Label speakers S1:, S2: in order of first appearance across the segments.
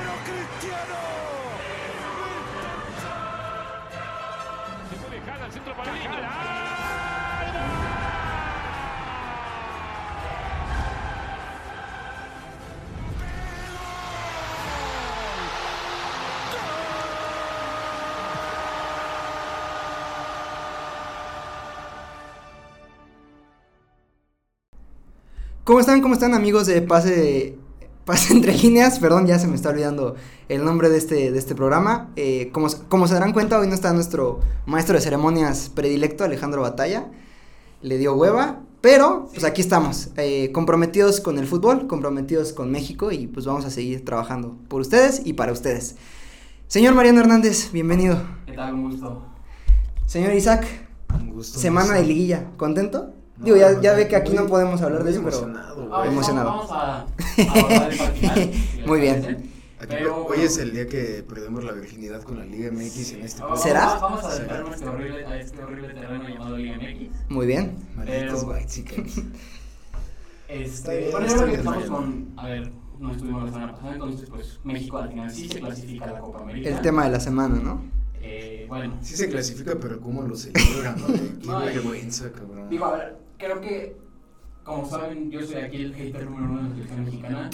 S1: Cristiano.
S2: Se puede Jala al centro para Jala.
S3: ¿Cómo están? ¿Cómo están amigos de Pase, Pase entre líneas? Perdón, ya se me está olvidando el nombre de este, de este programa. Eh, como, se- como se darán cuenta, hoy no está nuestro maestro de ceremonias predilecto, Alejandro Batalla. Le dio hueva, pero pues aquí estamos, eh, comprometidos con el fútbol, comprometidos con México y pues vamos a seguir trabajando por ustedes y para ustedes. Señor Mariano Hernández, bienvenido.
S4: ¿Qué tal? Un gusto.
S3: Señor Isaac,
S5: Un gusto.
S3: semana de liguilla, ¿contento? Digo, ya, ya ve que aquí no podemos hablar de eso, pero...
S4: Ahora,
S3: Emocionado.
S4: Vamos a, a abordar el partido, si les
S3: Muy bien.
S4: parece. Pero,
S5: Hoy
S4: bueno,
S5: es el día que perdemos la virginidad con la Liga MX en este
S4: vamos-
S5: país.
S3: ¿Será?
S4: Vamos a adentrarnos a este horrible, a este horrible terreno llamado Liga MX.
S3: Muy bien.
S5: Malditos
S4: Pero-
S5: white chicas. Está
S4: Este,
S5: bien,
S4: bueno, yo
S5: está
S4: creo que
S5: bien,
S4: estamos
S5: Mariano.
S4: con. A ver, no estuvimos la semana pasada, entonces, pues México al final sí se clasifica a la Copa América.
S3: El tema de la semana, ¿no?
S4: Eh, bueno,
S5: Sí se clasifica, pero ¿cómo lo celebran? güey? Qué
S4: No, y-
S5: vergüenza, cabrón.
S4: digo, eh, a ver, creo que, como saben, yo soy aquí el hater número uno de la selección mexicana.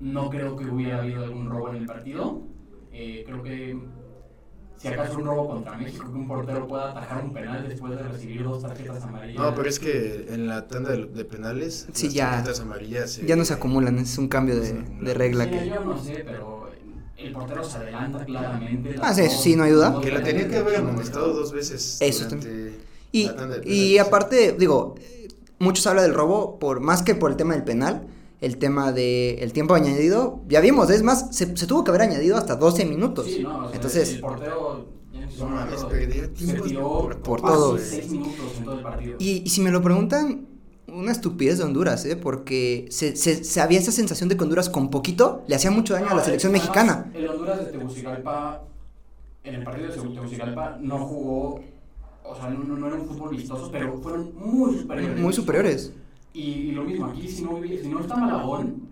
S4: No creo que hubiera habido algún robo en el partido. Eh, creo que si acaso un robo contra México, que un portero pueda atajar un penal después de recibir dos tarjetas amarillas.
S5: No, pero es que en la tanda de, de penales,
S3: Sí,
S5: las
S3: ya-
S5: tarjetas amarillas se-
S3: Ya no se acumulan, es un cambio de,
S5: Sí.
S3: de regla
S4: Sí,
S3: que...
S4: yo no sé, pero el portero se adelanta claramente.
S3: Ah, sí, eso sí, no hay duda.
S5: Que la tenía que haber amonestado dos veces.
S3: Eso
S5: durante
S3: Y,
S5: la tanda de
S3: y
S5: penales.
S3: aparte, digo, eh, muchos hablan del robo por más que por el tema del penal, el tema del el tiempo añadido, ya vimos, es más, se, se tuvo que haber añadido hasta 12 minutos.
S4: Sí, no, o sea,
S3: Entonces,
S4: el portero ya ni
S5: No
S4: siquiera me
S5: mames,
S4: acuerdo.
S5: perdía
S4: se
S5: tiempo
S4: tiró
S5: por,
S4: por
S3: casi todo.
S4: todos seis minutos en todo el partido.
S3: y, y si me lo preguntan, una estupidez de Honduras, ¿eh? Porque se, se- se había esa sensación de que Honduras con poquito le hacía mucho daño a la
S4: No,
S3: selección
S4: además,
S3: mexicana.
S4: El Honduras de Tegucigalpa, en el partido de Tegucigalpa, no jugó, o sea, no, no- no era un fútbol vistoso, pero fueron muy superiores.
S3: Muy superiores.
S4: Y, y lo mismo aquí, si no, hubi- si no está Malagón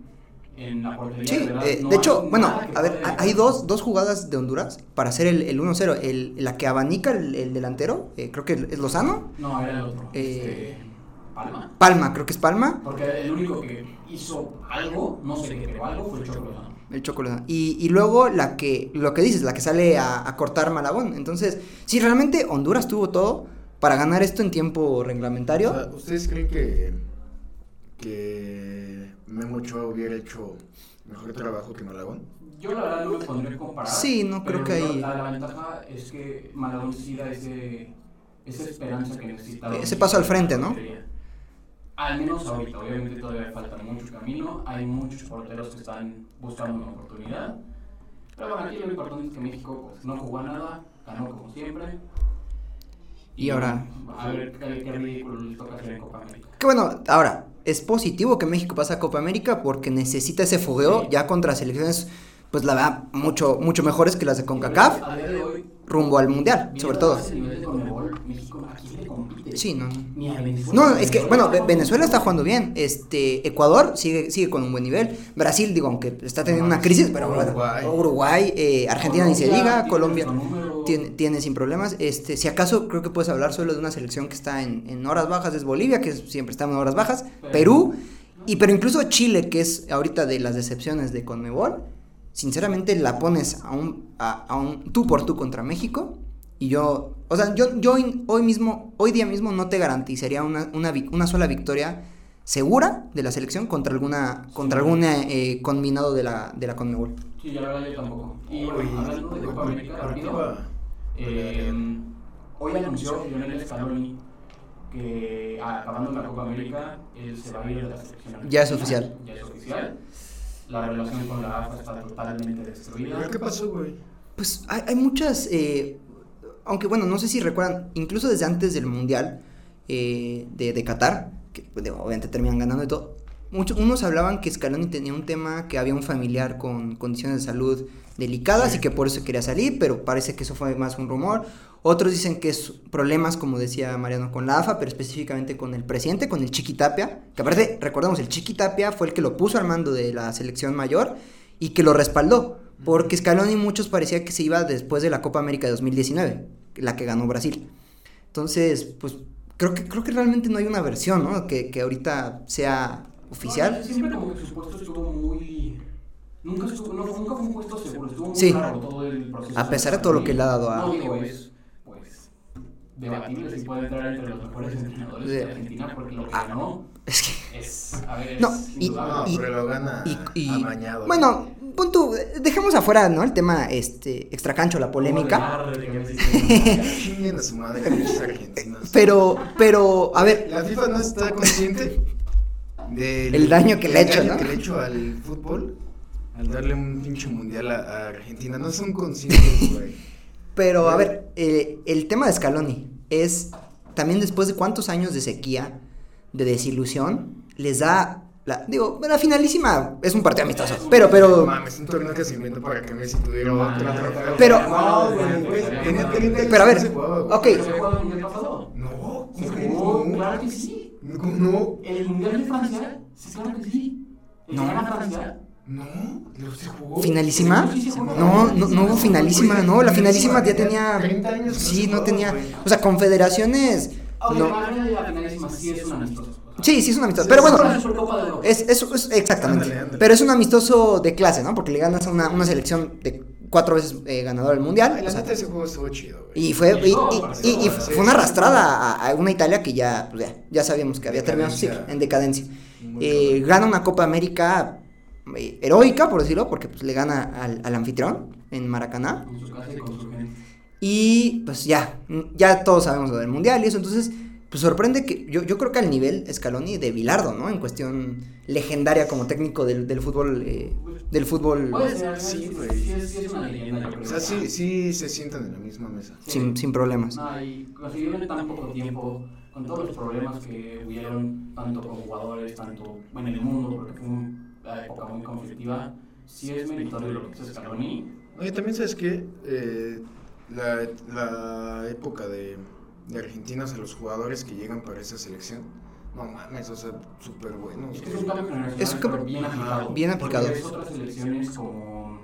S4: en la portería.
S3: Sí,
S4: verdad,
S3: eh,
S4: no
S3: de
S4: hay
S3: hecho,
S4: nada
S3: bueno,
S4: que
S3: a ver,
S4: pueda
S3: ha- hay
S4: evitar.
S3: dos, dos jugadas de Honduras para hacer el, el 1-0. El- La que abanica el, el delantero, eh, creo que es Lozano.
S4: No, era el otro.
S3: Eh,
S4: este, Palma.
S3: Palma, creo que es Palma.
S4: Porque el único que hizo algo, no sé qué, pero algo fue Choco Lozano.
S3: El Choco Lozano. Y, y luego la que, lo que dices, la que sale a, a cortar Malagón. Entonces, sí, realmente Honduras tuvo todo para ganar esto en tiempo
S5: O sea,
S3: reglamentario.
S5: ¿Ustedes creen que, que Memo Ochoa hubiera hecho mejor trabajo que Malagón?
S4: Yo la verdad no me pondré a comparar.
S3: Sí, no creo
S4: pero
S3: que
S4: yo-
S3: hay-
S4: La, la ventaja es que Malagón sí da ese, esa esperanza que necesitaba.
S3: Ese paso al frente, ¿no?
S4: Al menos ahorita, obviamente todavía falta mucho camino, hay muchos porteros que están buscando una oportunidad. Pero bueno, aquí lo importante es que México pues, no jugó a nada, ganó como siempre.
S3: Y ahora-
S4: A ver qué, qué ridículo les toca hacer en Copa América.
S3: Que bueno, ahora, es positivo que México pase a Copa América porque necesita ese fogueo
S4: Sí.
S3: ya contra selecciones, pues la verdad, mucho, mucho mejores que las de CONCACAF
S4: A día de hoy,
S3: rumbo al Mundial,
S4: viendo
S3: sobre todo.
S4: además el nivel de Conmebol, México aquí le compite.
S3: Sí, no, no.
S4: Ni a Venezuela.
S3: No, es que, bueno, Ve- Venezuela está jugando bien. Este, Ecuador sigue, sigue con un buen nivel. Brasil, digo, aunque está teniendo una crisis, pero bueno, Uruguay,
S5: Uruguay.
S3: eh, Argentina ni se diga,
S4: tiene
S3: Colombia
S4: nuestro número.
S3: tiene, tiene sin problemas. Este, si acaso creo que puedes hablar solo de una selección que está en, en horas bajas, es Bolivia, que siempre está en horas bajas, Perú,
S4: Perú.
S3: y pero incluso Chile, que es ahorita de las decepciones de Conmebol, sinceramente la pones a un, a, a un tú por tú contra México. Y yo, o sea, yo, yo hoy, hoy mismo, hoy día mismo no te garantizaría una, una, vic- una sola victoria segura de la selección contra alguna, contra algún eh, combinado de la, de la Conmebol.
S4: Sí, la verdad yo tampoco. Y
S5: Uy,
S4: bueno, hablando de Copa América, rápido,
S5: arriba.
S4: eh, hoy anunció Lionel Scaloni que ah, acabando la Copa América él se va a ir de la selección.
S3: Ya es
S4: argentina.
S3: oficial.
S4: Ya es oficial. La relación con la AFA está totalmente destruida.
S5: ¿Pero qué pasó, güey?
S3: Pues hay, hay muchas, eh, aunque bueno, no sé si recuerdan, incluso desde antes del Mundial eh, de, de Qatar, que pues, digo, obviamente terminan ganando y todo, muchos, unos hablaban que Scaloni tenía un tema, que había un familiar con condiciones de salud delicadas y que por eso quería salir, pero parece que eso fue más un rumor. Otros dicen que es problemas, como decía Mariano, con la AFA, pero específicamente con el presidente, con el Chiquitapia, que aparte, recordamos, el Chiquitapia fue el que lo puso al mando de la selección mayor y que lo respaldó. Porque Scaloni muchos parecía que se iba después de la Copa América de 2019, la que ganó Brasil. Entonces, pues creo que, creo que realmente no hay una versión, ¿no? Que, que ahorita sea
S4: No,
S3: oficial.
S4: yo siempre como que su puesto estuvo muy... Nunca, estuvo, no, nunca fue un puesto seguro, estuvo muy
S3: Sí.
S4: raro todo el proceso.
S3: A pesar de todo lo que le ha dado a-
S4: No digo, es, pues, debatible si puede entrar entre los mejores entrenadores de Argentina, porque lo que
S3: Ah.
S4: ganó
S3: Es que...
S4: es, a ver, es
S3: No, y-
S4: indudable.
S5: No,
S3: Ah, y-
S5: pero lo gana
S3: y-
S4: Ah,
S3: y-
S5: amañado.
S3: Bueno, pon tú, dejemos afuera, ¿no? El tema este extracancho, la polémica.
S4: Como de madre que me hiciste.
S5: Chinguen a su madre que los argentinos.
S3: Pero, pero, a ver,
S5: La FIFA no está consciente del
S3: El daño que le ha
S5: del
S3: hecho,
S5: daño
S3: ¿no?
S5: que le ha hecho al fútbol al darle un pinche mundial a, a Argentina. No son conscientes, güey.
S3: pero, a ver, eh, el tema de Scaloni es también después de cuántos años de sequía, de desilusión, les da la, digo, la finalísima es un partido amistoso, pero,
S5: No
S3: pero,
S5: mames, un torneo que se inventó para que Messi tuviera otro trofeo.
S3: Pero-
S5: No, güey, güey, tenía 30 años
S3: Pero a
S5: que
S3: ver,
S5: no se jugaba, güey.
S3: ok.
S4: ¿Se jugó el mundial pasado?
S5: No, ¿cómo
S4: ¿Se
S5: crees?
S4: jugó?
S5: No.
S4: Claro que sí.
S5: No, ¿cómo no?
S4: El mundial de Francia, sí, claro que sí. El que
S5: No.
S4: gana Francia.
S5: No, no se jugó.
S3: ¿Finalísima?
S4: Sí, sí, sí, jugó.
S3: No, no, no hubo finalísima, no, la finalísima ya
S5: 30
S3: tenía,
S5: años no
S3: sí,
S5: se
S3: no
S5: jugaba,
S3: tenía,
S5: güey.
S3: o sea, confederaciones,
S4: Aunque
S3: no.
S4: la gana de la finalísima sí es un amistoso. O sea,
S3: sí, sí es un amistoso, pero
S4: es
S3: bueno,
S4: una Supercopa de Oro.
S3: Es, es- es- exactamente.
S5: Ándale, ándale.
S3: Pero es un amistoso de clase, ¿no? Porque le ganas a una, una selección de cuatro veces eh, ganadora del mundial.
S5: Ay,
S3: o
S5: La
S3: sea,
S5: neta ese juego estuvo chido, güey.
S3: y fue, y,
S4: No,
S3: y-
S4: parce,
S3: y- y
S5: no, sí,
S3: fue una
S5: sí.
S3: arrastrada a, a una Italia que ya, pues, ya, ya sabíamos que había terminado su
S5: Decadencia.
S3: ciclo, en decadencia.
S5: Muy
S3: Eh, gana una Copa América eh, heroica, por decirlo, porque pues, le gana al, al anfitrión en Maracaná.
S4: Con su casa y con su gente.
S3: Y pues ya, mm, ya todos sabemos lo del mundial y eso. Entonces, pues sorprende que yo, yo creo que al nivel Scaloni de Bilardo, ¿no? En cuestión legendaria como técnico del, del fútbol. eh, del fútbol
S4: Puede ser,
S5: Sí,
S4: sí,
S5: güey.
S4: sí, es- sí es una leyenda. yo
S5: cabrón.
S4: creo.
S5: O sea, sí, sí se sientan en la misma mesa.
S3: sin, sin problemas.
S4: No, y consiguieron en tan poco tiempo, con todos los problemas que hubieron, tanto con jugadores, tanto bueno, en el mundo, porque fue una época muy conflictiva, sí es meritorio lo que hizo Scaloni.
S5: Oye, también sabes que la, la época de, de Argentina, o sea, los jugadores que llegan para esa selección, no mames, o sea, súper buenos.
S4: Es que es
S5: güey.
S4: un cambio generacional,
S3: Es un cambio-
S4: pero bien aplicado.
S3: bien aplicado.
S4: Porque ves otras selecciones como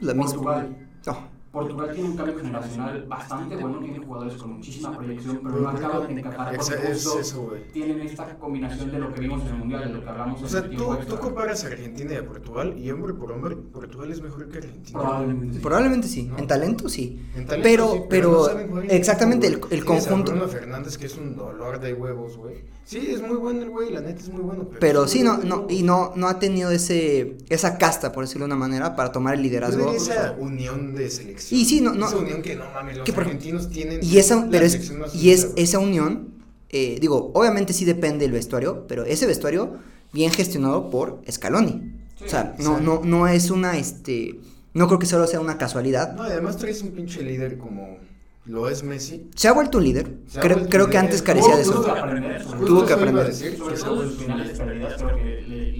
S3: La misma.
S4: Portugal,
S3: No.
S4: Portugal tiene un cambio generacional bastante bueno, tiene jugadores con muchísima proyección, pero no acaban de encajar
S5: Exa-
S4: porque
S5: es
S4: justo
S5: eso, güey.
S4: tienen esta combinación de lo que vimos en el Mundial, de lo que hablamos
S5: O
S4: en
S5: sea,
S4: el
S5: tú,
S4: tiempo extra.
S5: tú comparas a Argentina y a Portugal, y hombre por hombre, Portugal es mejor que Argentina.
S4: Probablemente sí.
S3: Probablemente sí.
S5: No.
S3: En talento sí.
S5: En talento
S3: Pero-
S5: sí,
S3: pero-
S5: no saben jugar en
S3: exactamente,
S5: equipo,
S3: el- el
S5: güey. Tienes a
S3: conjunto.
S5: Bruno Fernández, que es un dolor de huevos, güey. Sí, es muy bueno el güey, la neta es muy bueno.
S3: Pero
S5: es
S3: sí,
S5: un
S3: no,
S5: dolor de
S3: no,
S5: huevos.
S3: y no, no ha tenido ese, esa casta, por decirlo de una manera, para tomar el liderazgo.
S5: Tienen esa unión de selección.
S3: Y sí, no- no-
S5: Esa unión que no mames, los
S3: que por-
S5: argentinos tienen.
S3: Y esa,
S5: la
S3: pero es-
S5: selección más
S3: y es
S5: unida, güey.
S3: esa unión, eh, digo, obviamente sí depende del vestuario, pero ese vestuario bien gestionado por Scaloni.
S4: Sí,
S3: o sea, no,
S5: sí.
S3: no, no es una, este, no creo que solo sea una casualidad.
S5: No, y además traes un pinche líder como lo es Messi.
S3: Se ha vuelto un líder.
S5: Se ha
S3: creo,
S5: vuelto
S3: creo
S5: un
S3: que
S5: líder.
S3: antes carecía de
S4: Tuvo
S3: eso.
S4: que aprender, sobre
S3: Tuvo
S5: Justo
S3: que
S5: eso iba a
S3: aprender.
S5: decir,
S4: Sobre
S5: que
S4: todo
S5: es-
S4: en sus finales perdidas, creo que le,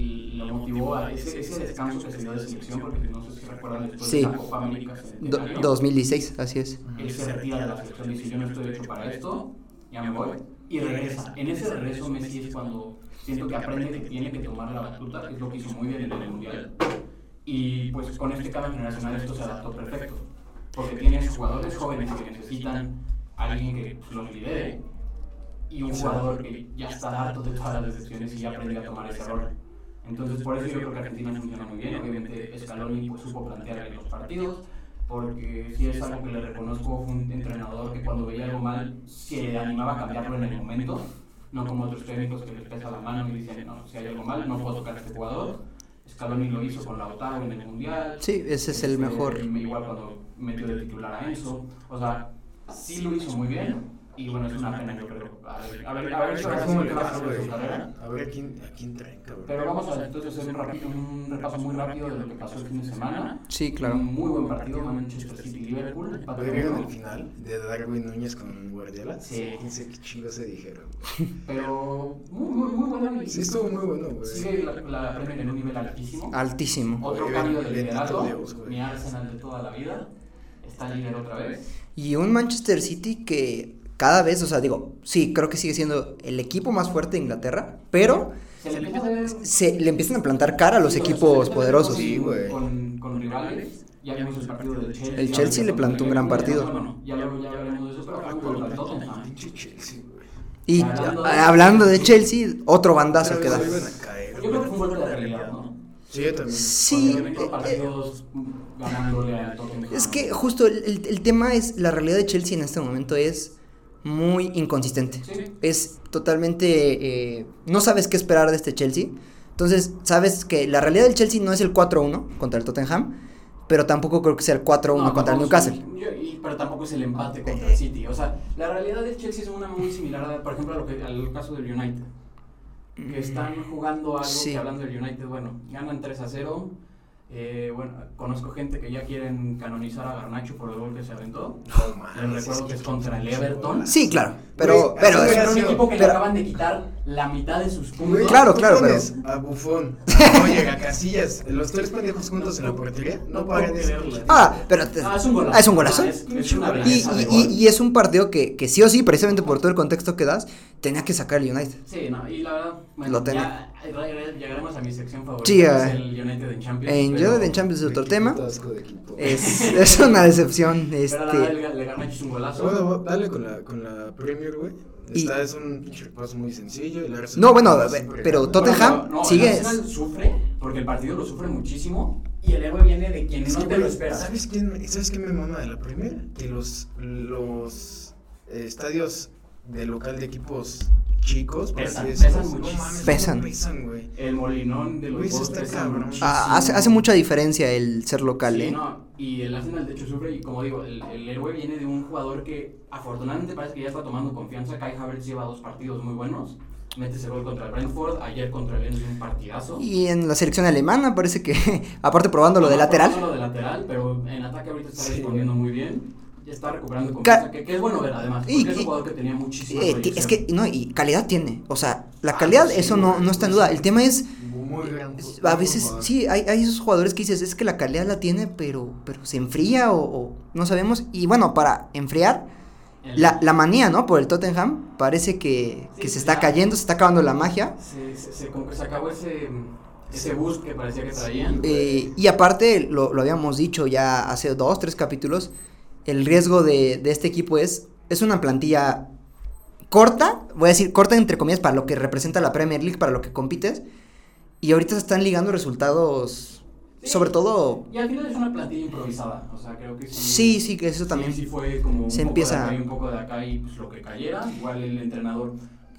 S4: le motivó a ese, ese descanso que se dio de selección, porque no sé si recuerdan después
S3: Sí.
S4: de la Copa América
S3: Do-
S4: Centenario,
S3: 2016, así es.
S4: él se retira de la selección y dice, yo no estoy hecho para esto, ya me voy, y regresa. En ese regreso Messi es cuando siento que aprende que tiene que tomar la batuta, que es lo que hizo muy bien en el Mundial, y pues con este cambio generacional esto se adaptó perfecto, porque tienes jugadores jóvenes que necesitan a alguien que pues, los lidere, y un jugador que ya está harto de todas las decepciones y ya aprendió a tomar ese rol. Entonces, por eso yo creo que Argentina funciona muy bien. Obviamente, Scaloni pues, supo plantear bien los partidos, porque si es algo que le reconozco, fue un entrenador que cuando veía algo mal se animaba a cambiarlo en el momento, no como otros técnicos que les pesa la mano y dicen, no, si hay algo mal, no puedo tocar a este jugador. Scaloni lo hizo con Lautaro en el Mundial.
S3: Sí, ese es el
S4: Este,
S3: mejor.
S4: Igual cuando metió de titular a Enzo. O sea, sí lo hizo muy bien. Y bueno, es una pena, yo creo. A ver, a ver, a ver,
S5: Pero
S4: ahora sí
S5: ¿cómo
S4: qué
S5: le
S4: va a
S5: pasa,
S4: hacer de su
S5: güey?
S4: carrera.
S5: A ver quién, a quién traen, cabrón.
S4: Pero vamos a entonces hacer un, rapi- un repaso muy rápido de lo que pasó el fin de semana.
S3: Sí, claro.
S4: Un muy buen partido, Manchester City y Liverpool. empate a
S5: Verga en el
S4: uno.
S5: final de Darwin Núñez con Guardiola.
S4: Sí.
S5: Quién sé qué chingo se dijeron. güey.
S4: Pero muy, muy, muy bueno. y
S5: Sí, estuvo muy bueno, güey.
S4: Sigue la, la Premier en un nivel altísimo.
S3: Ah, Altísimo.
S4: Otro
S5: Oye,
S4: cambio de
S5: bendito
S4: liderazgo.
S5: Dios, güey.
S4: Mi Arsenal de toda la vida. Está líder otra vez.
S3: Y un Manchester City que cada vez, o sea, digo, sí, creo que sigue siendo el equipo más fuerte de Inglaterra, pero
S4: Se le empieza a ver
S3: se le empiezan a plantar cara a los equipos poderosos.
S5: Sí, güey.
S4: Con con, con rivales. Ya vimos el partido del Chelsea.
S3: El Chelsea le plantó un gran partido.
S4: Bueno, ya luego ya hablaremos de eso, pero
S5: Ah,
S4: fue
S5: pero
S4: contra el
S5: el
S4: Tottenham.
S5: pinche Chelsea, güey.
S3: Y
S4: Hablando de-
S3: ah, hablando de Chelsea, otro bandazo
S5: Pero
S3: que da.
S5: se iban a caer,
S4: Yo
S5: güey.
S4: creo que fue un golpe de realidad, ¿no?
S5: Sí, yo también.
S3: Sí,
S4: Obviamente
S3: eh, eh,
S4: partidos ganándole al Tottenham.
S3: es que justo el, el- el tema es, la realidad de Chelsea en este momento es muy inconsistente.
S4: Sí.
S3: Es totalmente... eh, no sabes qué esperar de este Chelsea. Entonces, sabes que la realidad del Chelsea no es el 4-1 contra el Tottenham, pero tampoco creo que sea el 4-1
S4: No,
S3: contra el
S4: tampoco es
S3: Newcastle. Eh,
S4: el- yo- y- pero tampoco es el empate contra el City. O sea, la realidad del Chelsea es una muy similar, a, por ejemplo, a lo que- al caso del United. Que están jugando algo
S3: Mm. Sí.
S4: que hablando del United, bueno, ganan 3 a 0. eh, bueno, conozco gente que ya quieren canonizar a Garnacho por el gol que se aventó.
S5: No
S4: Les
S5: mames.
S4: recuerdo que es contra el
S5: pinche
S4: Everton.
S3: Sí, claro, pero...
S5: Güey,
S3: pero
S5: así
S4: Es
S5: hubiera
S4: un
S5: sido-
S4: equipo que le
S3: pero-
S4: acaban de quitar la mitad de sus
S5: Güey,
S4: puntos.
S3: Claro,
S5: tú
S3: claro,
S5: pones A Bufón, a Neuer, a Casillas, los tres pendejos juntos en la portería, no pagan esa pinche-
S3: Ah, pero... te-
S4: Ah, es un golazo.
S3: Ah, es un golazo.
S4: Ah, es- es una
S5: Y-
S3: Y,
S4: belleza de
S3: y-
S4: gol.
S3: y- y es un partido que, que sí o sí, precisamente por todo el contexto que das, tenía que sacar el United.
S4: Sí, no, y la verdad,
S3: Lo
S4: bueno,
S3: tengo.
S4: ya eh, re- llegaremos a mi sección favorita,
S3: Sí,
S4: que
S3: eh,
S4: es el United en Champions.
S3: En
S4: pero-
S3: United en Champions es otro
S5: Qué
S3: tema.
S5: puto asco de equipo.
S3: Es, es una decepción.
S4: Pero la verdad,
S3: Este,
S4: el, el Garnacho es un golazo.
S5: Ah, Bueno, va- dale con la, con la Premier, güey.
S3: Y-
S5: Esta es un pinche paso muy sencillo. y la verdad es
S3: No,
S5: un
S3: bueno,
S5: paso
S3: ve-
S5: siempre
S3: pero
S5: ganado.
S4: Bueno,
S3: Tottenham
S4: pero no,
S3: sigue-
S4: El Arsenal sufre, porque el partido lo sufre muchísimo, y el héroe viene de quien
S5: Es
S4: no
S5: que,
S4: te lo
S5: güey,
S4: espera.
S5: ¿Sabes quién, me- ¿Sabes qué me mama de la Premier? Que los, los eh, estadios de local de equipos chicos, por
S4: Pesan,
S5: así decirlo,
S4: pesan
S5: no
S4: muchísimo.
S5: mames,
S3: Pesan.
S5: no pesan, güey.
S4: El molinón de los
S5: Güey, eso está
S4: postes
S5: cabrón.
S4: muchísimo.
S3: ah, hace, hace mucha diferencia el ser local,
S4: Sí,
S3: ¿eh?
S4: no, y el Arsenal de hecho sufre y como digo, el, el héroe viene de un jugador que afortunadamente parece que ya está tomando confianza. Kai Havertz lleva dos partidos muy buenos. Mete ese gol contra el Brentford, ayer contra el Lens un partidazo.
S3: Y en la selección alemana parece que, aparte probando lo de
S4: No,
S3: lateral,
S4: Lo de lateral, pero en ataque ahorita está
S5: Sí.
S4: respondiendo muy bien. Ya está recuperando
S3: Ca-
S4: confianza, que, que es bueno ver además, porque
S3: Y-
S4: es
S3: y-
S4: un jugador que tenía muchísima
S3: eh, ti-
S4: proyección.
S3: es que, no, y calidad tiene. O sea, la
S5: Ah,
S3: calidad,
S5: sí, Pues,
S3: eso no,
S5: güey.
S3: no está en duda. El tema es,
S5: Muy gran
S3: es- a
S5: gran
S3: veces,
S5: jugador.
S3: sí, hay, hay esos jugadores que dices, es que la calidad la tiene, pero, pero se enfría o, o no sabemos. Y bueno, para enfriar,
S4: El-
S3: la, la manía, ¿no? Por el Tottenham, parece que, que
S4: Sí,
S3: se está
S4: ya.
S3: cayendo, se está acabando la magia.
S4: se, se- se- como que se acabó ese, ese boost que parecía que traían.
S3: Eh, y aparte, lo, lo habíamos dicho ya hace dos, tres capítulos, el riesgo de, de este equipo es, es una plantilla corta, voy a decir corta entre comillas, para lo que representa la Premier League, para lo que compites, y ahorita se están ligando resultados,
S4: Sí.
S3: sobre todo,
S4: Y al final es una plantilla improvisada, o sea, creo que
S3: sí, sí, que eso también.
S4: Sí, sí fue como un
S3: Se
S4: poco
S3: empieza-
S4: de acá y un poco de acá y pues lo que cayera. Igual el entrenador,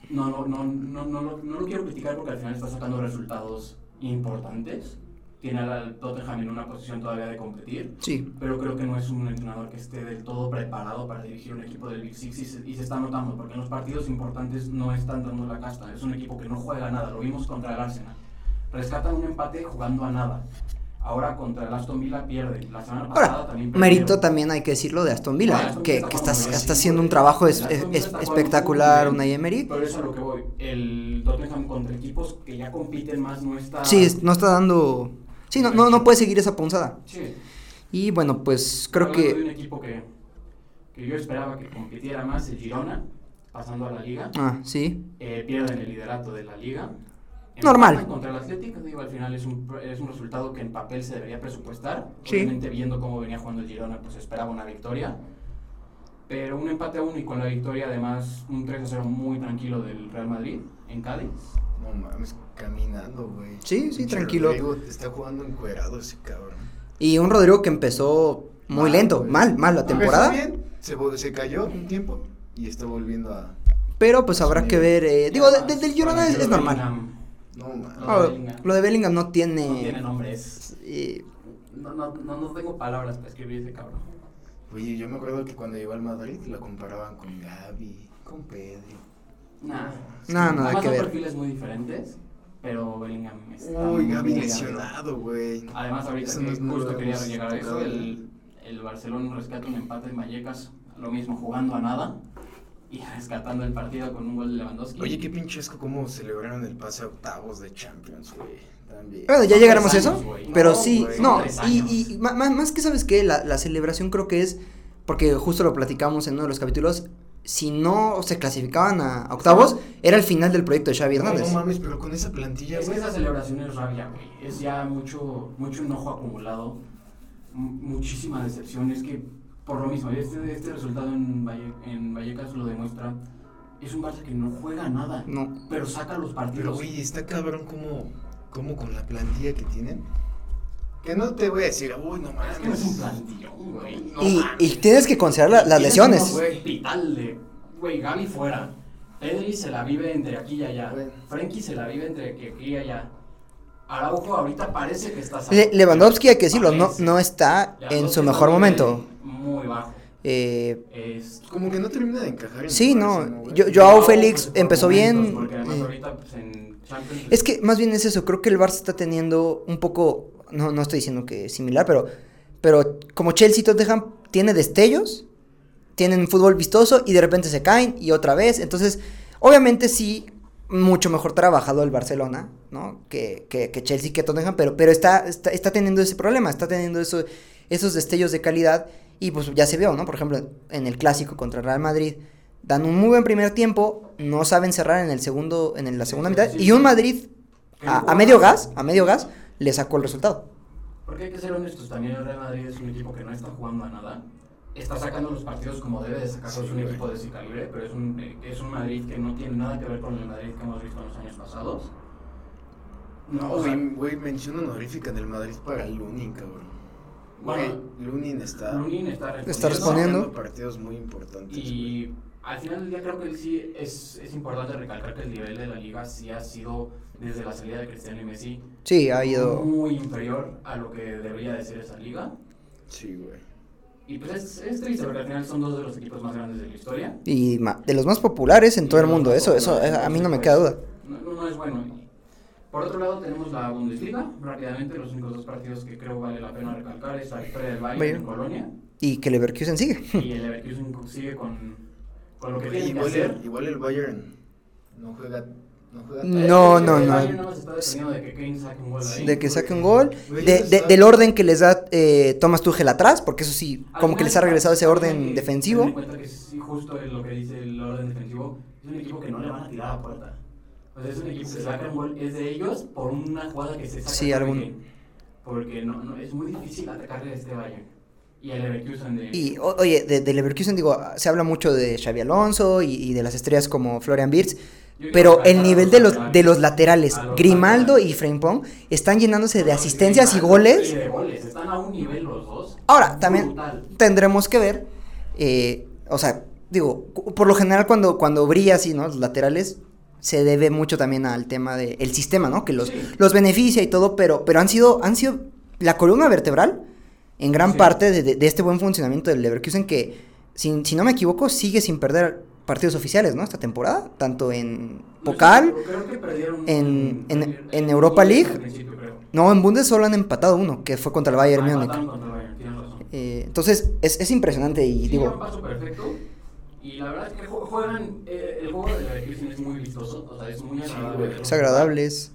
S4: no, no, no, no, no, lo- no lo quiero criticar porque al final está sacando resultados importantes. Tiene al- al Tottenham en una posición todavía de competir,
S3: Sí,
S4: pero creo que no es un entrenador que esté del todo preparado para dirigir un equipo del Big Six y se, y se está notando, porque en los partidos importantes no están dando la casta. Es un equipo que no juega nada, lo vimos contra el Arsenal. Rescatan un empate jugando a nada. Ahora contra el Aston Villa pierde. La semana
S3: Ahora,
S4: pasada también perdieron.
S3: mérito también hay que decirlo de Aston Villa,
S4: Ah, Aston
S3: que,
S4: Villa
S3: que
S4: está
S3: está,
S4: jugando
S3: está
S4: bien,
S3: haciendo
S4: güey.
S3: un trabajo es-
S4: Aston
S3: es-
S4: Villa
S3: es-
S4: está jugando
S3: espectacular,
S4: muy bien.
S3: una Emery.
S4: Pero eso es a lo que voy. El Tottenham contra equipos que ya compiten más no está.
S3: Sí, es- no está dando... Sí, no, no, no puede seguir esa punzada.
S4: Sí.
S3: Y bueno, pues creo
S4: Hablando
S3: que...
S4: de un equipo que, que yo esperaba que compitiera más, el Girona, pasando a la liga.
S3: Ah, sí.
S4: eh, pierden el liderato de la liga.
S3: Normal.
S4: Empatan Contra el Atlético, digo, al final es un, es un resultado que en papel se debería presupuestar.
S3: Sí.
S4: Obviamente, viendo cómo venía jugando el Girona, pues esperaba una victoria. Pero un empate a uno y con la victoria, además, un 3 a 0 muy tranquilo del Real Madrid en Cádiz.
S5: No mames, caminando, güey.
S3: Sí, sí,
S5: Pinche
S3: tranquilo.
S5: Rodrigo te está jugando encuerado ese cabrón.
S3: Y un Rodrigo que empezó muy
S5: Mal,
S3: lento,
S5: güey.
S3: mal, mal la
S5: Empezó
S3: temporada.
S5: bien, se, vol- se cayó un tiempo y está volviendo a.
S3: Pero pues habrá que ver. eh, digo, de- de- del Girona
S4: Bueno,
S3: es,
S4: creo
S3: es
S4: que
S3: normal.
S4: Bellingham
S5: No mames.
S4: no,
S3: Ah,
S4: Bellingham.
S3: lo de Bellingham no tiene.
S4: No tiene nombre, es-
S3: eh,
S4: No, no, no, no tengo palabras para escribir ese cabrón.
S5: Oye, yo me acuerdo que cuando llegó al Madrid lo comparaban con Gaby, con Pedri.
S4: Nah.
S3: No, nada
S4: Además,
S3: que
S4: son
S3: ver.
S4: perfiles muy diferentes, pero Bellingham está.
S5: Uy, Gaby
S4: muy
S5: lesionado, güey.
S4: Además, ahorita
S5: Eso
S4: que
S5: no es
S4: justo
S5: nuevo,
S4: quería
S5: hemos
S4: llegar a eso,
S5: tocado.
S4: el, el Barcelona rescata un empate en Vallecas, lo mismo jugando a nada y rescatando el partido con un gol de Lewandowski.
S5: Oye, qué pinchesco cómo celebraron el pase a octavos de Champions, güey. También.
S3: Bueno, ya
S4: Son
S3: llegaremos a
S4: tres
S3: eso.
S4: años, güey.
S3: Pero
S5: No,
S3: sí,
S5: güey,
S3: no.
S5: son
S4: tres
S3: Y,
S4: años.
S3: y ma- ma- más, que sabes que la, la celebración creo que es. Porque justo lo platicamos en uno de los capítulos. Si no se clasificaban a a octavos, era el final del proyecto de Xavi
S5: No,
S3: Hernández.
S5: no mames, pero con esa plantilla,
S4: Es que
S5: güey.
S4: esa celebración es rabia, güey. Es ya mucho, mucho enojo acumulado. mu- muchísima decepción. Es que, por lo mismo, este, este resultado en, Valle- en Vallecas lo demuestra. Es un Barça que no juega nada,
S3: No.
S4: pero saca los
S5: Pero,
S4: partidos.
S5: güey, está cabrón como, como con la plantilla que tienen. Que no te voy a decir, uy, no mames.
S4: es que no es un plantillón, güey. No
S3: y,
S4: mames.
S3: y tienes que considerar la- las
S4: Tienes
S3: lesiones.
S4: un hospital de, güey, Gaby fuera. Pedri se la vive entre aquí y allá.
S5: Güey.
S4: Frenkie se la vive entre que- aquí y allá. Araujo ahorita parece que está sano.
S3: Le- Lewandowski, hay que decirlo, no,
S4: Parece.
S3: no está en
S4: Lewandowski
S3: su
S4: está
S3: mejor
S4: muy-
S3: momento.
S4: Muy bajo.
S3: Eh,
S4: Es-
S5: Como que no termina de encajar. en
S3: Sí,
S5: el
S3: no,
S5: Barça, güey?
S3: yo- Joao
S4: Bravo,
S3: Félix
S4: pues, por
S3: empezó
S4: momentos,
S3: bien,
S4: porque además
S3: eh.
S4: ahorita, pues, en Champions,
S3: es que más bien es eso, creo que el Barça está teniendo un poco, no, no estoy diciendo que similar, pero, pero como Chelsea y Tottenham tiene destellos, tienen fútbol vistoso y de repente se caen y otra vez. Entonces, obviamente sí, mucho mejor trabajado el Barcelona, ¿no? Que, que, que Chelsea, que Tottenham, pero, pero está, está, está teniendo ese problema, está teniendo eso, esos destellos de calidad y pues ya se vio, ¿no? Por ejemplo, en el clásico contra Real Madrid. Dan un muy buen primer tiempo, no saben cerrar en el segundo, en el- la segunda mitad, y un Madrid a, a medio gas, a medio gas, le sacó el resultado.
S4: Porque hay que ser honestos, también el Real Madrid es un equipo que no está jugando a nada. Está sacando los partidos como debe de sacarlos
S5: Sí,
S4: un
S5: güey.
S4: equipo de ese calibre, pero es un, eh, es un Madrid que no tiene nada que ver con el Madrid que hemos visto en los años pasados. No,
S5: No,
S4: o sea,
S5: güey, güey, mención honorífica en el Madrid para Lunin, cabrón. Güey,
S4: bueno,
S5: Lunin está.
S4: Lunin está respondiendo.
S3: Está respondiendo.
S5: sacando partidos muy importantes. güey.
S4: Y al final del día creo que sí es, es importante recalcar que el nivel de la liga sí ha sido, desde la salida de Cristiano y Messi,
S3: Sí, ha ido.
S4: muy inferior a lo que debería de ser esa liga.
S5: Sí, güey.
S4: Y pues es, es triste porque al final son dos de los equipos más grandes de la historia.
S3: Y ma- de los más populares en todo el mundo, eso, eso eh, a mí no me queda duda.
S4: No, no es bueno. Por otro lado tenemos la Bundesliga, rápidamente los únicos dos partidos que creo vale la pena recalcar es la victoria del Bayern
S3: Bayern.
S4: en Colonia
S3: Y que Leverkusen sigue.
S4: y el Leverkusen sigue con, con lo que
S5: Güey,
S4: tiene que
S5: igual,
S4: hacer.
S5: el, igual el Bayern no juega. No juega
S3: No,
S5: tan-
S4: el
S3: no, no.
S4: Bayern nada más está dependiendo de que Kane saque un gol ahí.
S3: De que saque un gol.
S5: Güey,
S3: de-
S5: ellos
S3: de-
S5: están-
S3: del orden que les da eh, Thomas Tuchel atrás, porque eso sí,
S4: Al
S3: como que
S4: final,
S3: les ha regresado ese
S4: teniendo
S3: orden
S4: que tener en
S3: defensivo.
S4: cuenta que sí, justo es lo que dice el orden defensivo, es un equipo que no le van a tirar a puerta. O sea, es un equipo que saca un gol, es de ellos por una jugada que se saca.
S3: Sí,
S4: creo
S3: algún-
S4: que- Porque no, no, es muy difícil atacarle a este Bayern. Y al Leverkusen de...
S3: Y o- oye, de, de Leverkusen digo, ah, se habla mucho de Xavi Alonso y, y de las estrellas como Florian Wirtz,
S4: Yo
S3: pero
S4: creo que
S3: el
S4: a
S3: nivel de los
S4: laterales-
S3: de los laterales,
S4: a los
S3: Grimaldo y
S4: laterales.
S3: Frimpong, están llenándose de
S4: No,
S3: asistencias y
S4: Grimaldo
S3: goles.
S4: y de goles, están a un nivel los dos.
S3: Ahora, también
S4: Brutal.
S3: tendremos que ver, eh, o sea, digo, cu- por lo general cuando, cuando brilla así, ¿no? Los laterales se debe mucho también al tema del el sistema, ¿no? Que los,
S4: Sí.
S3: los beneficia y todo, pero, pero han sido, han sido la columna vertebral en gran
S4: Sí.
S3: parte de, de- de este buen funcionamiento del Leverkusen que, si, si no me equivoco, sigue sin perder partidos oficiales, ¿no? Esta temporada, tanto en
S4: No sé,
S3: Pokal,
S4: pero creo que perdieron
S3: en- en-
S4: perdieron-
S3: en Europa
S4: al
S3: League,
S4: principio, creo.
S3: no, en Bundes solo han empatado uno, que fue contra el Bayern
S4: Ah,
S3: Múnich.
S4: empataron contra el Bayern, tienes razón.
S3: Eh, entonces, es, es impresionante y
S4: Sí, lleva un
S3: digo,
S4: paso perfecto. Y la verdad es que ju- juegan. eh, el juego de la Leverkusen es muy vistoso. O sea, es muy agradable.
S5: güey,
S4: verlo.
S3: es agradables.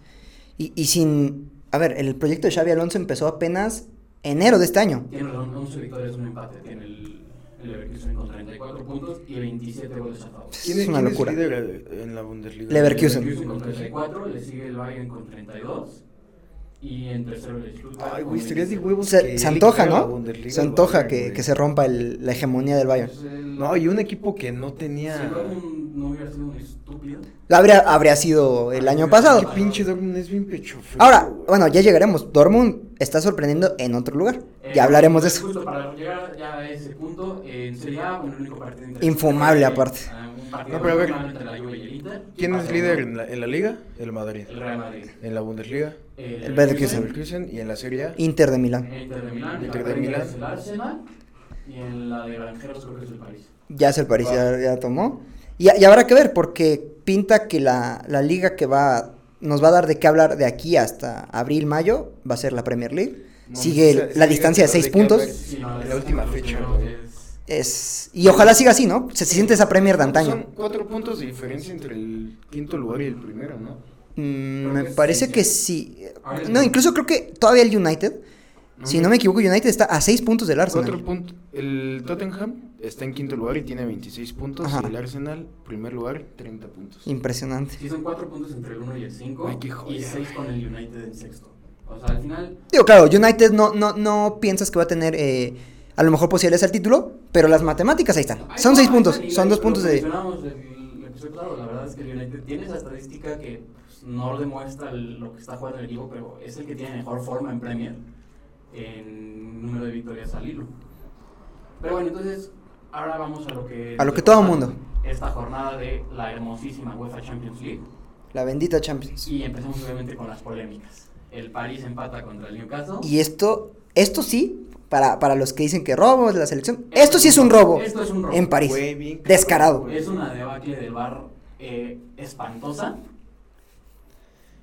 S3: Y, y sin. A ver, el proyecto de Xavi Alonso empezó apenas enero de este año.
S4: Tiene razón, 11 victorias, un empate. Tiene el, el Leverkusen con 34 puntos y 27 goles a favor.
S5: ¿Quién-
S3: es una
S5: quién
S3: locura.
S5: líder eh, en la Bundesliga?
S3: Leverkusen.
S4: Leverkusen con 34, le sigue el Bayern con 32. Y en tercero el Stuttgart.
S5: Ay,
S4: con
S5: güey, estarías de
S4: 27.
S5: huevos.
S3: Se,
S5: que
S3: se antoja,
S5: le quitara la
S3: ¿no?
S5: Bundesliga
S3: Se
S5: al
S3: antoja
S5: Bayern,
S3: que,
S5: güey.
S3: que se rompa el- la hegemonia del Bayern.
S4: Entonces, el-
S5: No, y un equipo que no
S4: Si
S5: tenía.
S4: Dortmund no hubiera sido un estúpido.
S3: Habría, habría sido el año
S5: Qué
S3: pasado.
S5: pinche Dortmund es bien pecho frío,
S3: Ahora,
S5: güey.
S3: bueno, ya llegaremos. Dortmund está sorprendiendo en otro lugar.
S4: Eh,
S3: Ya hablaremos de eso.
S4: Justo para llegar ya a ese punto, eh, sería un único partido interesante.
S3: Infumable, aparte.
S4: Ah, un partido
S5: No, pero a ver.
S4: infumable entre la Juve y el Inter.
S5: ¿Quién es
S4: Pasa
S5: líder
S4: uno,
S5: en la, en la liga? El Madrid.
S4: El Real Madrid. Eh,
S5: En la Bundesliga.
S3: El
S5: El
S3: Leverkusen.
S5: Leverkusen y en la Serie A.
S3: Inter de Milán.
S4: El Inter de Milán.
S5: Inter
S4: la
S5: de
S4: Premier
S5: Milán.
S4: es El Arsenal. Y en la de Granjeros creo que es el París.
S3: Ya es el París, ya, ya tomó. Y, y habrá que ver, porque pinta que la, la liga que va nos va a dar de qué hablar de aquí hasta abril, mayo, va a ser la Premier League.
S5: No,
S3: Sigue
S5: esa-
S3: el-
S5: esa
S3: la
S5: liga
S3: distancia de
S5: te
S3: seis
S5: da de qué
S3: puntos.
S5: hablar.
S4: Sí, no,
S5: La
S4: es-
S5: última fecha,
S4: no,
S5: güey.
S4: es-
S3: Es, y ojalá siga así, ¿no? Se, se siente esa Premier de antaño.
S5: Son cuatro puntos de diferencia entre el quinto lugar y el primero, ¿no?
S3: Mm,
S4: creo
S3: me
S4: que sí,
S3: parece
S4: sí.
S3: que sí.
S4: Ahora es
S3: No,
S4: el-
S3: incluso creo que todavía el United, si no me equivoco, United está a seis puntos del
S5: Cuatro
S3: Arsenal.
S5: puntos. El Tottenham está en quinto lugar y tiene 26 puntos.
S3: Ajá.
S5: Y el Arsenal, primer lugar, 30 puntos.
S3: Impresionante.
S4: Sí, son cuatro puntos entre el 1 y el 5.
S5: Ay, qué joya,
S4: Y 6
S5: güey.
S4: con el United en sexto. O O sea, al final,
S3: Digo, claro, United no, no, no piensas que va a tener eh, a lo mejor posibilidades al título, pero las matemáticas ahí están.
S4: Ahí
S3: Son
S4: está,
S3: seis
S4: ahí
S3: puntos,
S4: está, y
S3: son
S4: lo-
S3: dos
S4: lo
S3: puntos de...
S4: mencionamos el- el episodio pasado, La verdad es que el United tiene esa estadística que pues, no demuestra el- lo que está jugando el equipo, pero es el que tiene mejor forma en Premier en número de victorias al hilo. Pero bueno, entonces ahora vamos a lo que...
S3: A lo que todo mundo.
S4: Esta jornada de la hermosísima UEFA Champions League.
S3: La bendita Champions.
S4: Y empezamos obviamente con las polémicas. El París empata contra el Newcastle.
S3: Y esto, esto sí, para, para los que dicen que robo es la selección, esto sí es un robo
S4: Esto es un robo.
S3: en París.
S5: Fue bien cabrón,
S3: Descarado.
S5: güey.
S4: Es una debacle del bar eh, espantosa.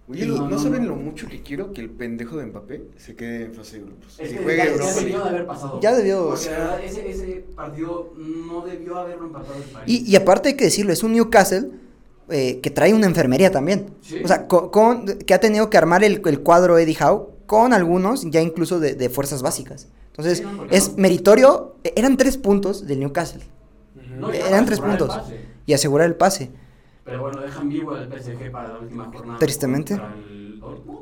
S5: Oye,
S4: No,
S5: ¿no,
S4: no,
S5: saben
S4: no.
S5: lo mucho que quiero que el pendejo de Mbappé se quede en fase de grupos?
S4: Es
S5: y
S4: que
S5: juegue
S4: ya,
S5: Europa
S4: ya
S5: League.
S4: debió de haber pasado.
S3: Ya debió-
S4: Porque la verdad, ese, ese partido no debió haberlo empatado el París.
S3: Y, y aparte hay que decirlo, es un Newcastle eh, que trae una enfermería también.
S4: Sí.
S3: O sea, co- con, que ha tenido que armar el, el cuadro Eddie Howe con algunos, ya incluso de, de fuerzas básicas. Entonces,
S4: Sí, no, porque
S3: es
S4: no.
S3: meritorio, eh, eran tres puntos del Newcastle
S4: No
S5: Ujú.
S4: llega
S3: eh, eran
S4: a
S3: tres
S4: asegurar el
S3: puntos.
S4: pase.
S3: y asegurar el pase.
S4: pero bueno, dejan vivo al PSG para la última jornada.
S3: Tristemente.
S4: contra el Dortmund.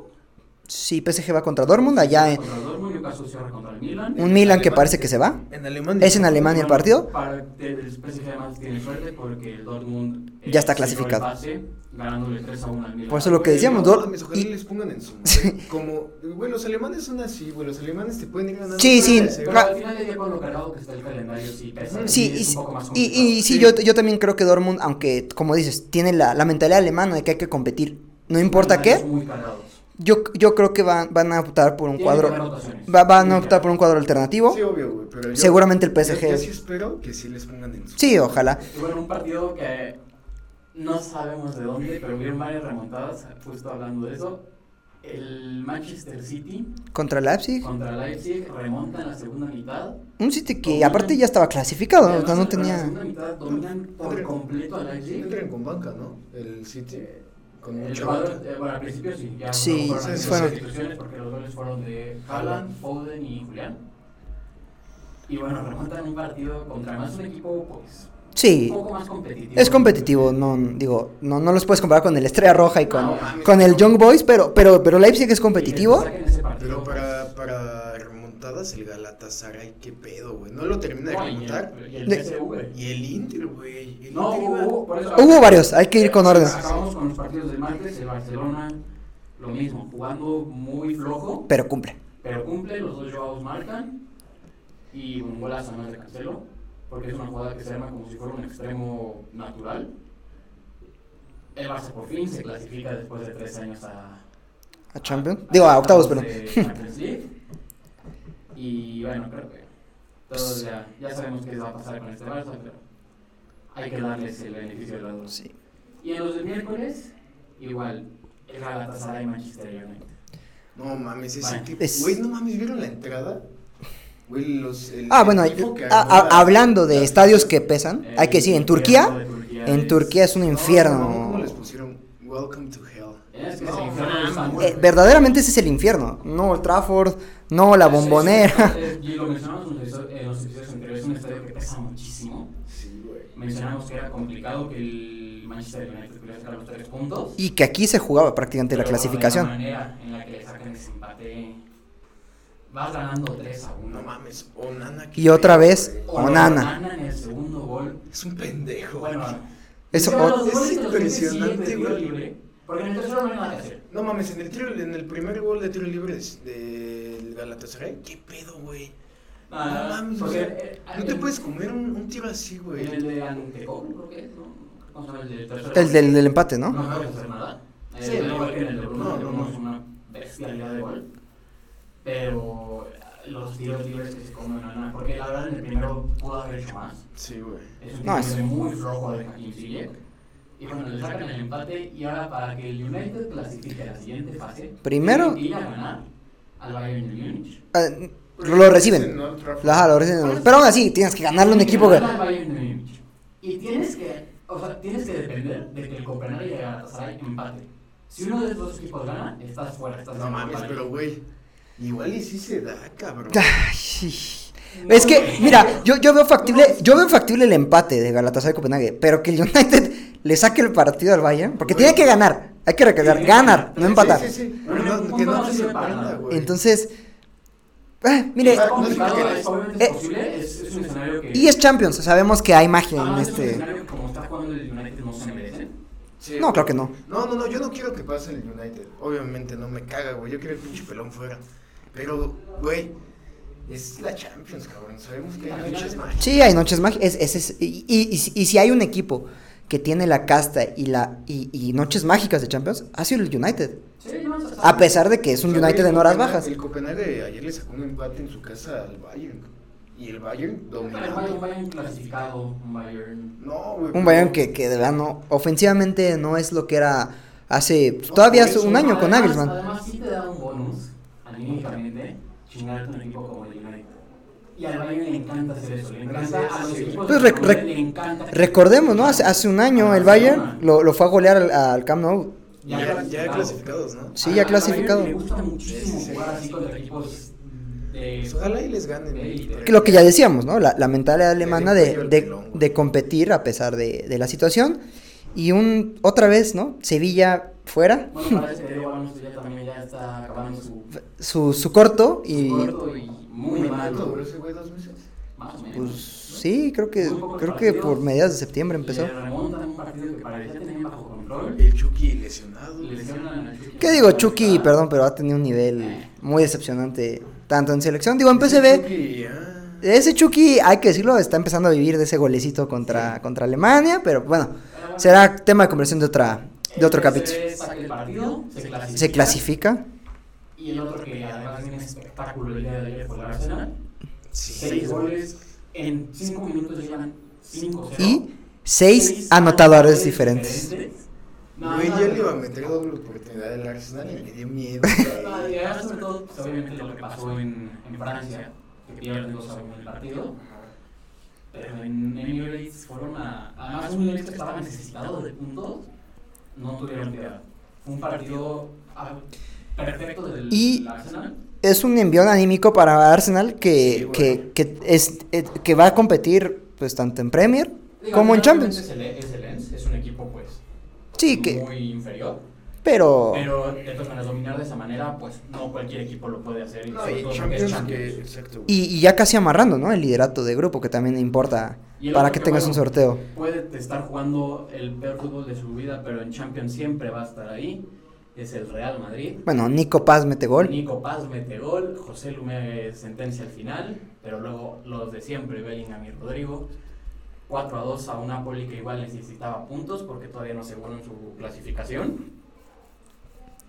S3: Si PSG va contra Dortmund, allá eh,
S4: Contra el Dortmund, Newcastle cierra contra el Milan.
S3: un Milan que
S5: Alemania.
S3: parece que se va.
S5: En Alemania.
S3: Es en Alemania el partido.
S4: Para el PSG además tiene suerte porque el Dortmund eh,
S3: Ya está
S4: cerró el
S3: clasificado.
S4: pase, ganándole 3 a 1 al Milan.
S3: Por eso lo que
S5: Oye,
S3: decíamos,
S5: no
S3: Dor-
S5: mames, ojalá
S3: y-
S5: les pongan en su madre.
S3: Sí.
S5: Como, güey, los alemanes son así, güey, los alemanes te pueden ir ganando.
S3: Sí, sí,
S5: tres, eh,
S4: Pero
S5: güey.
S4: al final del día con lo cargado que está el calendario sí pesa.
S3: Sí,
S4: es
S3: y,
S4: un poco más
S3: y-
S4: complicado.
S3: y sí,
S5: Sí.
S3: Yo, yo también creo que Dortmund, aunque como dices, tiene la, la mentalidad alemana de que hay que competir, no importa
S4: Calendarios
S3: qué,
S4: Muy cargados.
S3: yo, yo creo que van, van a optar por un
S4: Tienen que haber
S3: cuadro,
S4: rotaciones.
S3: va- van a
S4: Tienen que
S3: optar
S4: haber.
S3: por un cuadro alternativo.
S5: Sí, obvio, güey, pero yo-
S3: Seguramente el
S5: yo-
S3: PSG.
S5: Yo, sí espero que sí les pongan en su
S3: Sí, ojalá.
S4: Y bueno, un partido que no sabemos de dónde, pero hubieron varias remontadas, justo hablando de eso. El Manchester City
S3: Contra Leipzig.
S4: contra Leipzig remonta en la segunda mitad.
S3: Un City que
S4: Dominan.
S3: aparte ya estaba clasificado,
S4: Y
S3: o sea,
S4: además,
S3: no
S4: En la
S3: tenía...
S4: segunda mitad dominan por completo a Leipzig.
S5: Entran con banca, ¿no? El City. Con
S4: El
S5: mucha
S4: cuadro,
S5: banca.
S4: eh, bueno, al principio sí, ya
S3: Sí,
S4: fueron las
S5: sí,
S4: dos
S5: fueron.
S4: sustituciones porque los goles fueron de Haaland, Foden y Julián. Y bueno, remontan un partido contra más un equipo pues
S3: Sí,
S4: un poco más competitivo.
S3: es competitivo, no digo, no, no los puedes comparar con el Estrella Roja y con,
S4: No, mames,
S3: con el Young Boys, pero, pero, pero Leipzig es competitivo.
S4: Y que te saquen ese partido,
S5: Pero
S4: pues,
S5: para, para remontadas, el Galatasaray, qué pedo, güey. No lo termina de
S4: no, y el-
S5: remontar.
S4: y el
S3: De-
S4: PSV.
S5: Y el Inter, güey. el
S4: No,
S5: Inter
S4: hubo,
S5: iba-
S4: hubo- por eso-
S3: Hubo varios, hay que ir con orden.
S4: Acabamos con los partidos del martes, el Barcelona, lo mismo, jugando muy flojo,
S3: Pero cumple.
S4: pero cumple, los dos llevados marcan y un golazo más de Cancelo, porque es una jugada que se arma como si fuera un extremo natural. El Barça por fin se clasifica después de tres años a,
S3: A Champions. Digo, a octavos, pero...
S4: de Champions League. Y bueno, creo que todos ya, ya sabemos qué va a pasar con este Barça, pero hay que darles el beneficio de la duda.
S3: Sí.
S4: Y en los de miércoles, igual, el Galatasaray Manchester United.
S5: No mames, ese
S4: Bueno,
S5: tipo.
S3: es-
S5: Güey, no mames, ¿vieron la entrada? Güey, los. el-
S3: Ah,
S5: el
S3: bueno,
S5: tipo que
S3: a-
S5: armó
S3: a-
S5: la-
S3: hablando
S5: la-
S3: de estadios que pesan, hay que decir, en
S4: Eh, El
S3: Turquía,
S4: infierno de Turquía
S3: en
S4: es-
S3: Turquía es un
S5: No, no, ¿Cómo
S3: infierno.
S5: les pusieron? Welcome to hell.
S4: Eh, Es que
S5: No,
S4: se infierno de
S5: mames.
S4: Estambul.
S3: Eh, verdaderamente ese es el infierno. No Old Trafford, no la
S4: Es- es-
S3: bombonera.
S4: es- Y lo mencionamos en los episodios- en los episodios anteriores, es un estadio que pesa muchísimo.
S5: Sí, güey.
S4: Mencionamos que era complicado que el Manchester United pudiera sacar los tres puntos.
S3: Y que aquí se jugaba prácticamente la
S4: Pero
S3: clasificación.
S4: La manera en la que le sacan ese empate. Vas ganando 3 a 1.
S5: No mames, Onana. qué
S3: Y otra
S5: pedo,
S3: vez,
S5: güey.
S4: O lo
S3: Onana.
S4: ganan en el segundo gol.
S5: Es un pendejo.
S4: Bueno,
S3: Eso-
S4: lleva los
S5: es
S4: goles que los mete
S5: impresionante,
S4: siempre de tiro
S5: güey.
S4: libre, Porque en el tercero no hay nada que hacer.
S5: No mames, en el, tiro, en el primer gol de tiro libre des- del Galatasaray, ¿qué pedo, güey? No
S4: Nada,
S5: mames, o
S4: Ah, porque,
S5: sea,
S4: eh,
S5: no te
S4: el-
S5: puedes comer un, un tiro así, güey.
S4: El de Antecón, creo que es, ¿no? ¿Cómo se llama? El del tercero.
S3: El del, del empate, ¿no?
S4: No puedes hacer nada. Eh,
S5: Sí,
S4: da
S5: no.
S4: igual que en el de Bruno,
S5: No,
S4: el de Bruno
S5: no.
S4: es una bestialidad de gol. Pero eh, los tiros libres que se comen Onana, porque la verdad en el primero pudo haber hecho más.
S5: Sí, güey.
S4: Es un
S3: No,
S4: tiro
S3: es-
S4: libre muy flojo de Hakim Ziyech. Y bueno, le sacan el empate y ahora para que el United clasifique a la siguiente fase,
S3: Primero-
S4: tiene que ir a ganar al Bayern de Múnich.
S3: Ah, lo reciben. Ajá, lo reciben. Pero aún así, tienes que ganarle a un
S4: Tienes que
S3: equipo que...
S4: ganarle al Bayern de Múnich. Y tienes que, o sea, tienes que depender de que el Copenhague y el Galatasaray empate. Si uno de esos dos equipos gana, estás fuera, estás
S5: No
S4: en
S5: mames,
S4: Europa
S5: pero,
S4: League.
S5: güey. Igual y sí se da, cabrón.
S3: Ay, sí. Es que, mira, yo, yo veo factible, yo veo factible el empate de Galatasaray Copenhague, pero que el United le saque el partido al Bayern, porque tiene que ganar, hay que recalcar, ganar, no empatar.
S5: Sí, sí, sí.
S4: No,
S5: No,
S4: no,
S5: no,
S4: no,
S5: que no,
S4: no
S5: te
S4: sirve
S5: sirve
S4: para
S5: para
S4: nada.
S5: nada, güey.
S3: Entonces, ah, mire,
S4: Está
S5: no es
S4: complicado,
S5: que-
S4: es, obviamente es
S3: eh,
S4: posible, es, es un escenario que...
S3: y es Champions, sabemos que hay magia en
S4: además es un
S3: este...
S4: escenario que como está jugando el United no se merecen.
S5: Sí,
S3: No,
S5: güey.
S3: claro que no.
S5: No, no, no, yo no quiero que pase el United. Obviamente no me caga, güey. Yo quiero el pinche pelón fuera. Pero, güey, es la Champions, cabrón. Sabemos que hay pinches matches.
S3: Sí, hay noches mágicas. Es, es- es- y, y- y si- y si hay un equipo que tiene la casta y, la, y, y noches mágicas de Champions, ha sido el United.
S4: Sí, no, o sea,
S3: A pesar de que es un United en horas bajas.
S5: El Copenhague ayer le sacó un empate en su casa al Bayern. Y el Bayern
S4: Un Bayern, un
S5: dominando.
S4: Bayern clasificado, un Bayern...
S5: No, güey.
S3: Un
S5: pero-
S3: Bayern que, que de verdad no, ofensivamente no es lo que era hace todavía hace un año con
S4: Además-
S3: Nagelsmann.
S4: Además sí te da un bonus, anímicamente, chingar a un equipo como el United. Y al Bayern le encanta hacer eso, le encanta a los equipos
S3: Pues
S4: de
S3: rec-
S4: Premier
S3: rec-
S4: le encanta...
S3: Recordemos, ¿no? Hace, hace un año el Bayern lo, lo fue a golear al, al Camp Nou.
S5: Ya, ya clasificados, ¿no?
S3: Sí, ya
S4: Al- al Bayern
S3: clasificado.
S4: Le gusta muchísimo
S5: Sí, sí,
S4: jugar
S5: sí.
S4: así contra equipos
S5: Pues
S4: de...
S5: ojalá y les ganen. güey, pero-
S3: Que lo que ya decíamos, ¿no? La, la mentalidad alemana de,
S5: cuello al
S3: de-
S5: pelón, güey.
S3: de competir a pesar de, de la situación. Y un, otra vez, ¿no? Sevilla fuera,
S4: Bueno, parece que Diego Alonso ya también ya está acabando su...
S3: su, su corto
S4: su
S3: y...
S4: corto y muy mal,
S5: ¿Cuánto duró ese güey? ¿Dos meses?
S4: más o menos.
S3: Pues sí, creo que, creo que por mediados de septiembre empezó.
S4: Le remontan un partido que parecía tener bajo control.
S5: El Chucky lesionado.
S4: Le lesionan al Chucky.
S3: ¿Qué digo? Chucky, perdón, pero ha tenido un nivel muy decepcionante, tanto en selección, digo, en
S5: El
S3: PCB.
S5: Chucky, ah.
S3: Ese Chucky, hay que decirlo, está empezando a vivir de ese golecito contra, contra Alemania, pero bueno, será tema de conversación de, otra, de otro
S4: El
S3: capítulo.
S4: PSV saca el partido, se clasifica.
S3: Se clasifica.
S4: Y el otro que además es un espectáculo el día de ayer fue el Arsenal.
S5: Sí,
S4: Seis goles en cinco minutos llevan 5
S3: Y seis anotadores diferentes.
S5: Güey, yo le iba a meter doble oportunidad al Arsenal y me dio miedo.
S4: No,
S5: güey.
S4: y además, sobre todo, pues, obviamente lo que pasó en, en Francia, que pierden 2 a 1 el partido, pero en Emirates fueron a... Además, un Emirates que estaba necesitado de puntos, no tuvieron piedad. Fue un partido ah, perfecto del
S3: Y-
S4: del Arsenal.
S3: Es un envión anímico para Arsenal que,
S5: Sí,
S3: que, que, es, eh, que va a competir pues tanto en Premier
S4: Digo,
S3: como en
S4: obviamente Es
S3: Champions.
S4: el, es el Lens, es un equipo, pues,
S3: Sí, que...
S4: muy inferior,
S3: Pero...
S4: pero de todas maneras, dominar de esa manera, pues, no cualquier equipo lo puede hacer. y
S5: No,
S4: sobre
S5: y
S4: todo porque es
S5: Champions
S4: Champions.
S5: que... Exacto, güey.
S3: Y, y ya casi amarrando, ¿no? El liderato de grupo, que también importa
S4: Y el
S3: para
S4: otro
S3: que
S4: que,
S3: tengas un
S4: bueno,
S3: sorteo.
S4: puede estar jugando el peor fútbol de su vida, pero en Champions siempre va a estar ahí. Es el Real Madrid.
S3: Bueno, Nico Paz mete gol.
S4: Nico Paz mete gol, José Lume sentencia al final, pero luego los de siempre, Bellingham y Rodrigo. 4 a 2 a un Napoli que igual necesitaba puntos porque todavía no aseguran su clasificación.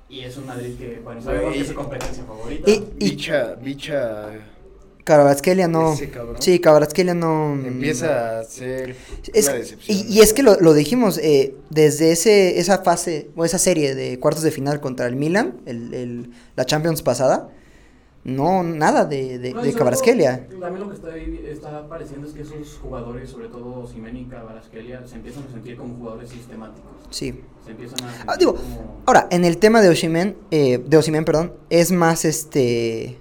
S4: Y es un Madrid que, bueno, sabemos que es su competencia favorita.
S3: Y, y
S5: Bicha, bicha.
S3: Kvaratskhelia no.
S5: Ese cabrón.
S3: Sí, Kvaratskhelia Mm, no.
S5: Empieza a ser
S3: Es-
S5: una decepción.
S3: y, y es que lo, lo dijimos, eh, desde ese, esa fase o esa serie de cuartos de final contra el Milan, el, el- la Champions pasada, no nada de, de,
S4: No, y
S3: de
S4: sobre
S3: Kvaratskhelia.
S4: todo, También lo que está, ahí- está apareciendo es que esos jugadores, sobre todo Simen y Kvaratskhelia, se empiezan a sentir como jugadores sistemáticos.
S3: Sí.
S4: Se empiezan a sentir
S3: Ah, digo,
S4: como...
S3: Ahora, en el tema de Oshimen, eh, de Osimhen, perdón, es más este.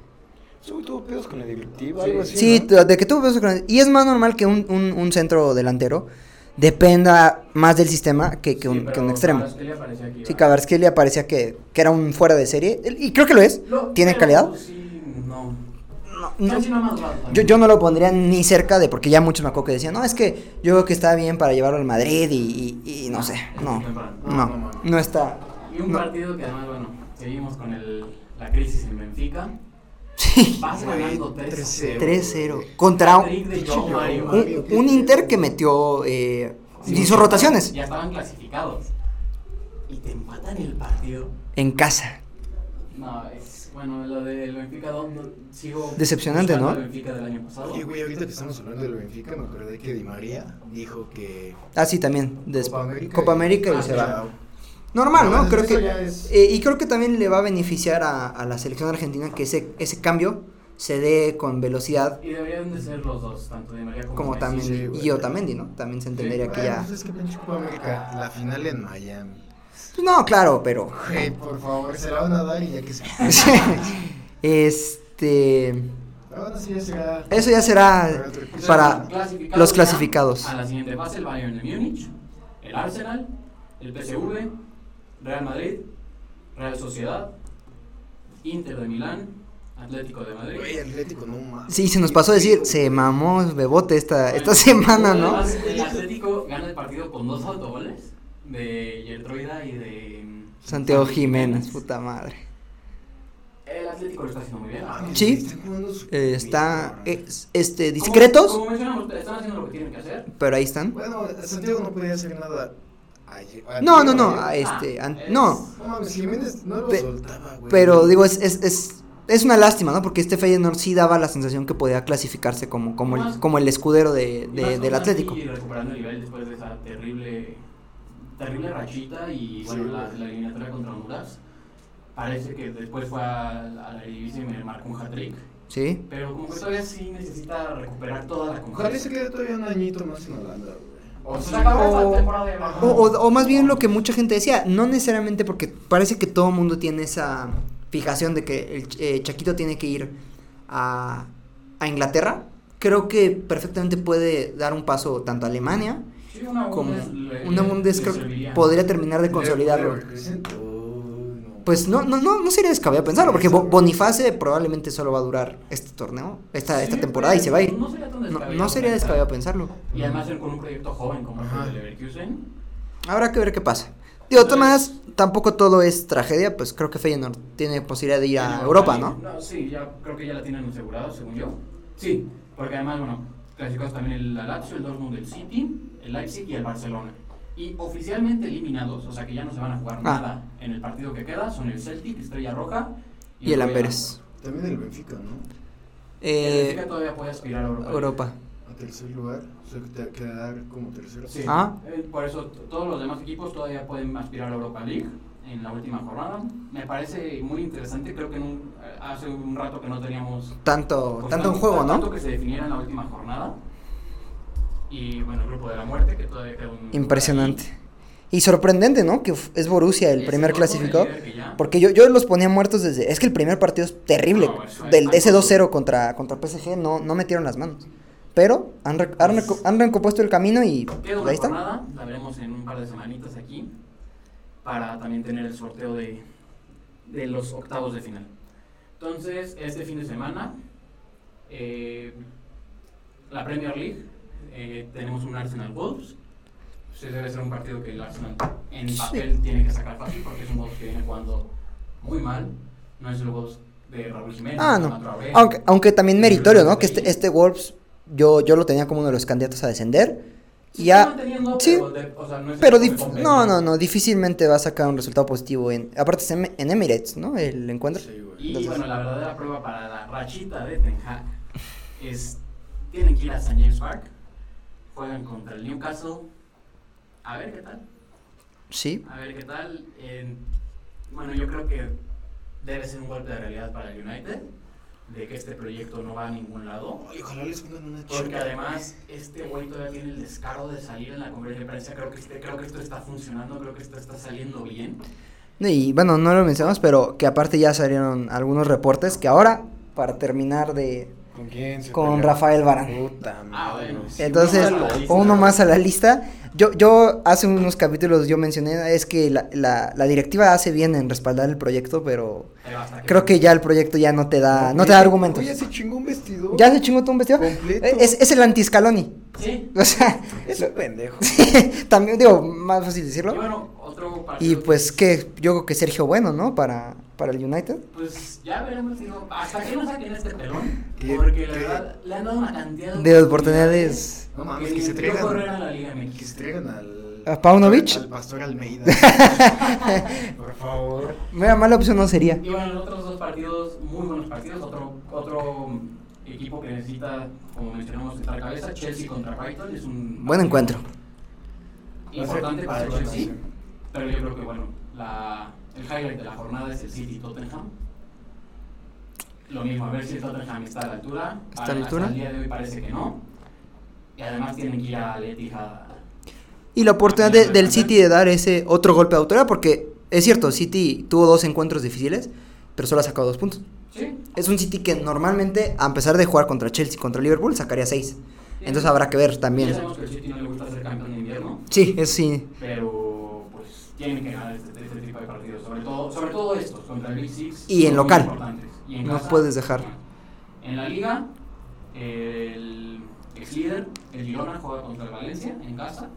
S5: Tuvo- Tuvo pedos con la directiva,
S4: Sí.
S5: algo así.
S3: Sí,
S5: ¿no?
S3: t- de que tú ves- Y es más normal que un, un- un centro delantero dependa más del sistema que, que un, que un extremo. Sí, Kvaratskhelia parecía que, que era un fuera de serie. el- Y creo que lo es. ¿Tiene calidad?
S4: Sí, no.
S3: No, no.
S4: Casi nada más va también.
S3: Yo, yo no lo pondría ni cerca de, porque ya muchos me acuerdo que decían, no, es que yo creo que está bien para llevarlo al Madrid y, y- y no sé. No, no, no está.
S4: Y un
S3: no.
S4: partido que además, bueno, seguimos con el, la crisis en Benfica.
S3: Sí,
S4: Vas
S5: Güey,
S4: ganando 3
S5: 3-0.
S3: 3-0. Contra un,
S4: Patrick de John Mario.
S3: Ah, un- un Inter que metió. eh, hizo rotaciones
S4: Ya estaban clasificados. Y te empatan el partido.
S3: en casa.
S4: No, es. Bueno, lo del Benfica, ¿dónde? sigo.
S3: Decepcionante,
S4: buscando
S3: ¿no?
S4: al Benfica del año pasado.
S5: Oye, güey, ahorita que estamos hablando del Benfica, me acordé que Di María dijo que.
S3: Ah, sí, también. des-
S5: Copa América
S3: Copa
S5: y-
S3: América
S4: Ah,
S3: y se
S5: ya,
S3: va. Normal, ¿no?
S5: Bueno,
S3: Creo
S5: eso
S3: que,
S5: ya es-
S3: eh, y creo que también le va a beneficiar a, a la selección argentina que ese, ese cambio se dé con velocidad,
S4: Y deberían de ser los dos, tanto de María como,
S3: como
S4: Messi.
S3: también
S5: sí, güey.
S3: y Otamendi, ¿no? También se entendería
S5: Bueno,
S3: que ya...
S5: pues es que pinche Copa América. La final en Miami.
S3: Pues No, claro, pero...
S5: Güey, por favor, se la van a dar y ya que se.
S3: este...
S5: Ahora sí ya será.
S3: Eso ya será
S5: Pues,
S3: para... los clasificados.
S4: ya A la siguiente fase el Bayern de Múnich, el Arsenal, el PSV, Real Madrid, Real Sociedad, Inter de Milán, Atlético de Madrid.
S5: Güey, Atlético, no mames.
S3: Sí, se nos pasó a decir, se mamó Bebote esta, esta
S4: Bueno,
S3: semana, ¿no?
S4: además, El Atlético gana el partido con dos autogoles de Yertroida y de mm,
S3: Santiago Jiménez, puta madre.
S4: El Atlético lo está haciendo muy bien.
S5: Ah,
S4: la verdad.
S3: Sí.
S5: Están jugando su-
S3: Eh, está,
S5: Mierda.
S3: eh, este, discretos,
S4: Como, como mencionamos, están haciendo lo que tienen que hacer.
S3: pero ahí están.
S5: Bueno, Santiago no podía hacer nada ayer.
S3: No, no,
S5: antier,
S3: no,
S5: ayer.
S3: a este,
S4: Ah,
S3: an-
S4: es-
S3: no,
S5: No mames, Jiménez no lo
S3: Pe-
S5: soltaba, güey.
S3: pero digo, es, es, es, es una lástima, ¿no? Porque este Feyenoord sí daba la sensación que podía clasificarse como, como, el, como el escudero de,
S4: Y
S3: de-
S4: más o
S3: del
S4: menos
S3: Atlético.
S4: Y recuperando el nivel después de esa terrible, terrible rachita y bueno,
S5: Sí.
S4: la, la eliminatoria contra Honduras. Parece que después fue a, a la división y me marcó un hat-trick.
S3: Sí,
S4: Pero como que todavía sí necesita recuperar toda la
S5: Ojalá y
S4: confianza.
S5: se quede todavía un añito más en Holanda, güey.
S4: O se acabó
S3: O-
S4: esta temporada de baja.
S3: o, o- o más bien lo que mucha gente decía, no necesariamente porque parece que todo mundo tiene esa fijación de que el ch- eh, Chaquito tiene que ir a, a Inglaterra. Creo que perfectamente puede dar un paso tanto a Alemania
S4: Sí, una
S3: como
S4: Bundes le-
S3: una
S4: le-
S3: Bundes
S4: le
S3: creo que
S4: serviría.
S3: podría terminar de consolidarlo.
S5: oh,
S3: Pues no, no, no, no sería descabellado pensarlo, porque Bo- Boniface probablemente solo va a durar este torneo, esta, esta
S4: Sí,
S3: temporada, y se va a ir.
S4: No sería tan
S3: No,
S4: descabellado.
S3: no sería
S4: pensar.
S3: descabellado pues. pensarlo.
S4: Y además él con un proyecto joven como
S5: Ajá.
S4: el de Leverkusen.
S3: Habrá que ver qué pasa. Digo,
S4: Entonces-
S3: Tomás, tampoco todo es tragedia, pues creo que Feyenoord tiene posibilidad de ir a
S4: Tiene
S3: Europa,
S4: Europa
S3: ¿no?
S4: League. No, sí, ya creo que ya la tienen asegurado, según yo. Sí, porque además, bueno, clasificados también el Lazio, el Dortmund, el City, el Leipzig y el Barcelona. Y oficialmente eliminados, o sea que ya no se van a jugar
S3: Ah.
S4: nada en el partido que queda, son el Celtic, Estrella Roja
S3: Y el
S4: Royal
S3: Amberes.
S5: También el Benfica, ¿no?
S4: Hamburg. El
S3: Eh,
S4: Benfica todavía puede aspirar a Europa.
S3: Europa.
S5: A tercer lugar. O sea, que te va a quedar como tercero.
S4: Sí.
S3: Ah.
S4: eh, por eso t- todos los demás equipos todavía pueden aspirar a Europa League en la última jornada. Me parece muy interesante, creo que en un- eh, hace un rato que no teníamos
S3: Tanto,
S4: Pues
S3: tanto en
S4: tan-
S3: juego,
S4: Tanto
S3: ¿no?
S4: que se definiera en la última jornada. Y bueno, el grupo de la muerte, que todavía queda un.
S3: Impresionante. Y sorprendente, ¿no? Que f- es Borussia el
S4: Es
S3: primer
S4: grupo
S3: clasificado.
S4: del líder que ya-
S3: Porque yo, yo los ponía muertos desde... Es que el primer partido es terrible.
S4: No, eso es
S3: del de ese
S4: algo.
S3: 2-0 contra, contra PSG no, no metieron las manos. Pero han, re- han, reco- han recompuesto el camino y pues,
S4: Queda una
S3: ahí está.
S4: jornada, la veremos en un par de semanitas aquí. Para también tener el sorteo de, de los octavos de final. Entonces, este fin de semana, eh, la Premier League, eh, tenemos un Arsenal Wolves. Sí, debe ser un partido que el Arsenal en
S3: Sí.
S4: papel tiene que sacar fácil porque es un Wolves que viene jugando muy mal. No es el Wolves de Raúl Jiménez.
S3: Ah,
S4: de
S3: no.
S4: Matt Traoré.
S3: Aunque, aunque también
S4: Sí,
S3: meritorio, ¿no?
S4: sí.
S3: Que este, este Wolves yo, yo lo tenía como uno de los candidatos a descender.
S4: Sí,
S3: Y ya...
S4: están manteniendo,
S3: sí.
S4: pero de- o sea, no es el
S3: Pero
S4: Wolves de
S3: dif-
S4: Pompey,
S3: no, no, no, difícilmente va a sacar un resultado positivo en... Aparte es en, en Emirates, ¿no? El encuentro.
S5: Sí, güey.
S4: Y
S3: Entonces-
S4: bueno, la verdadera prueba para la rachita de Ten Hag es tienen que ir a St. James Park, juegan contra el Newcastle, a ver qué tal,
S3: Sí.
S4: a ver qué tal. eh, bueno, yo creo que debe ser un golpe de realidad para el United, de que este proyecto no va a ningún lado.
S5: Ay, ojalá les pongan una
S4: Porque
S5: chica.
S4: además este güey todavía tiene el descaro de salir en la conferencia de prensa. Creo que, este, creo que esto está funcionando, creo que esto está saliendo bien.
S3: Y bueno, no lo mencionamos, pero que aparte ya salieron algunos reportes que ahora, para terminar de,
S5: ¿Con quién? se
S3: Con
S5: pelearon?
S3: Rafael Varane.
S5: Puta madre.
S4: Ah, bueno.
S5: sí,
S3: Entonces,
S5: una
S4: a la lista.
S3: uno más a la lista. Yo, yo hace unos capítulos yo mencioné, es que la, la, la directiva hace bien en respaldar el proyecto, pero
S4: Pero hasta
S3: creo que ya el proyecto ya no te da, no te da argumentos.
S5: Oye, se chingó un vestido.
S3: Ya se chingó todo un vestido.
S5: Completo.
S3: Eh, Es, es el anti-Scaloni.
S4: Sí.
S3: O sea,
S5: Es un pendejo.
S3: también digo, más fácil
S4: Y
S3: decirlo.
S4: bueno, otro partido
S3: Y
S4: que-
S3: pues que yo creo que Sergio Bueno, ¿no? Para, para el United.
S4: Pues ya veremos si no. Hasta que no saquen este pelón.
S5: ¿Qué-
S4: Porque la
S5: qué?
S4: verdad le han dado una cantidad
S3: De oportunidades.
S5: No mames, que
S4: ni
S5: se
S4: el Piojo Herrera a
S5: traigan.
S4: la Liga
S5: Que se
S4: MX.
S5: traigan al.
S3: ¿A Paunovic?
S5: Al pastor Almeida. Por favor.
S3: Mira, mala opción no sería.
S4: Y bueno, los otros dos partidos, muy buenos partidos. Otro, otro equipo que necesita, como mencionamos, estar cabeza. Chelsea contra Brighton es un.
S3: Buen encuentro.
S4: Importante para el
S5: Sí,
S4: Chelsea.
S5: sí.
S4: Pero yo creo que, bueno, la, el highlight de la jornada es el City-Tottenham. Lo mismo, a ver si el Tottenham está a la altura.
S3: ¿Está a la
S4: Hasta
S3: altura?
S4: el día de hoy parece que no. Y además tienen que ir al Etihad.
S3: Y la oportunidad de- del City de dar ese otro golpe de autoridad, porque es cierto, City tuvo dos encuentros difíciles, pero solo ha sacado dos puntos.
S4: Sí.
S3: Es un City que normalmente, a pesar de jugar contra Chelsea, contra Liverpool, sacaría seis. Entonces habrá que ver
S4: Ya
S3: también.
S4: sabemos que al City no le gusta ser campeón de invierno,
S3: Sí, eso sí.
S4: pero pues tienen que ganar este, este tipo de partidos, sobre todo, sobre todo estos, contra el Big Six.
S3: Y en
S4: son muy
S3: local.
S4: importantes. Y en
S3: No
S4: casa,
S3: puedes dejar.
S4: En la liga, el ex líder, el Girona, juega contra el Valencia en casa.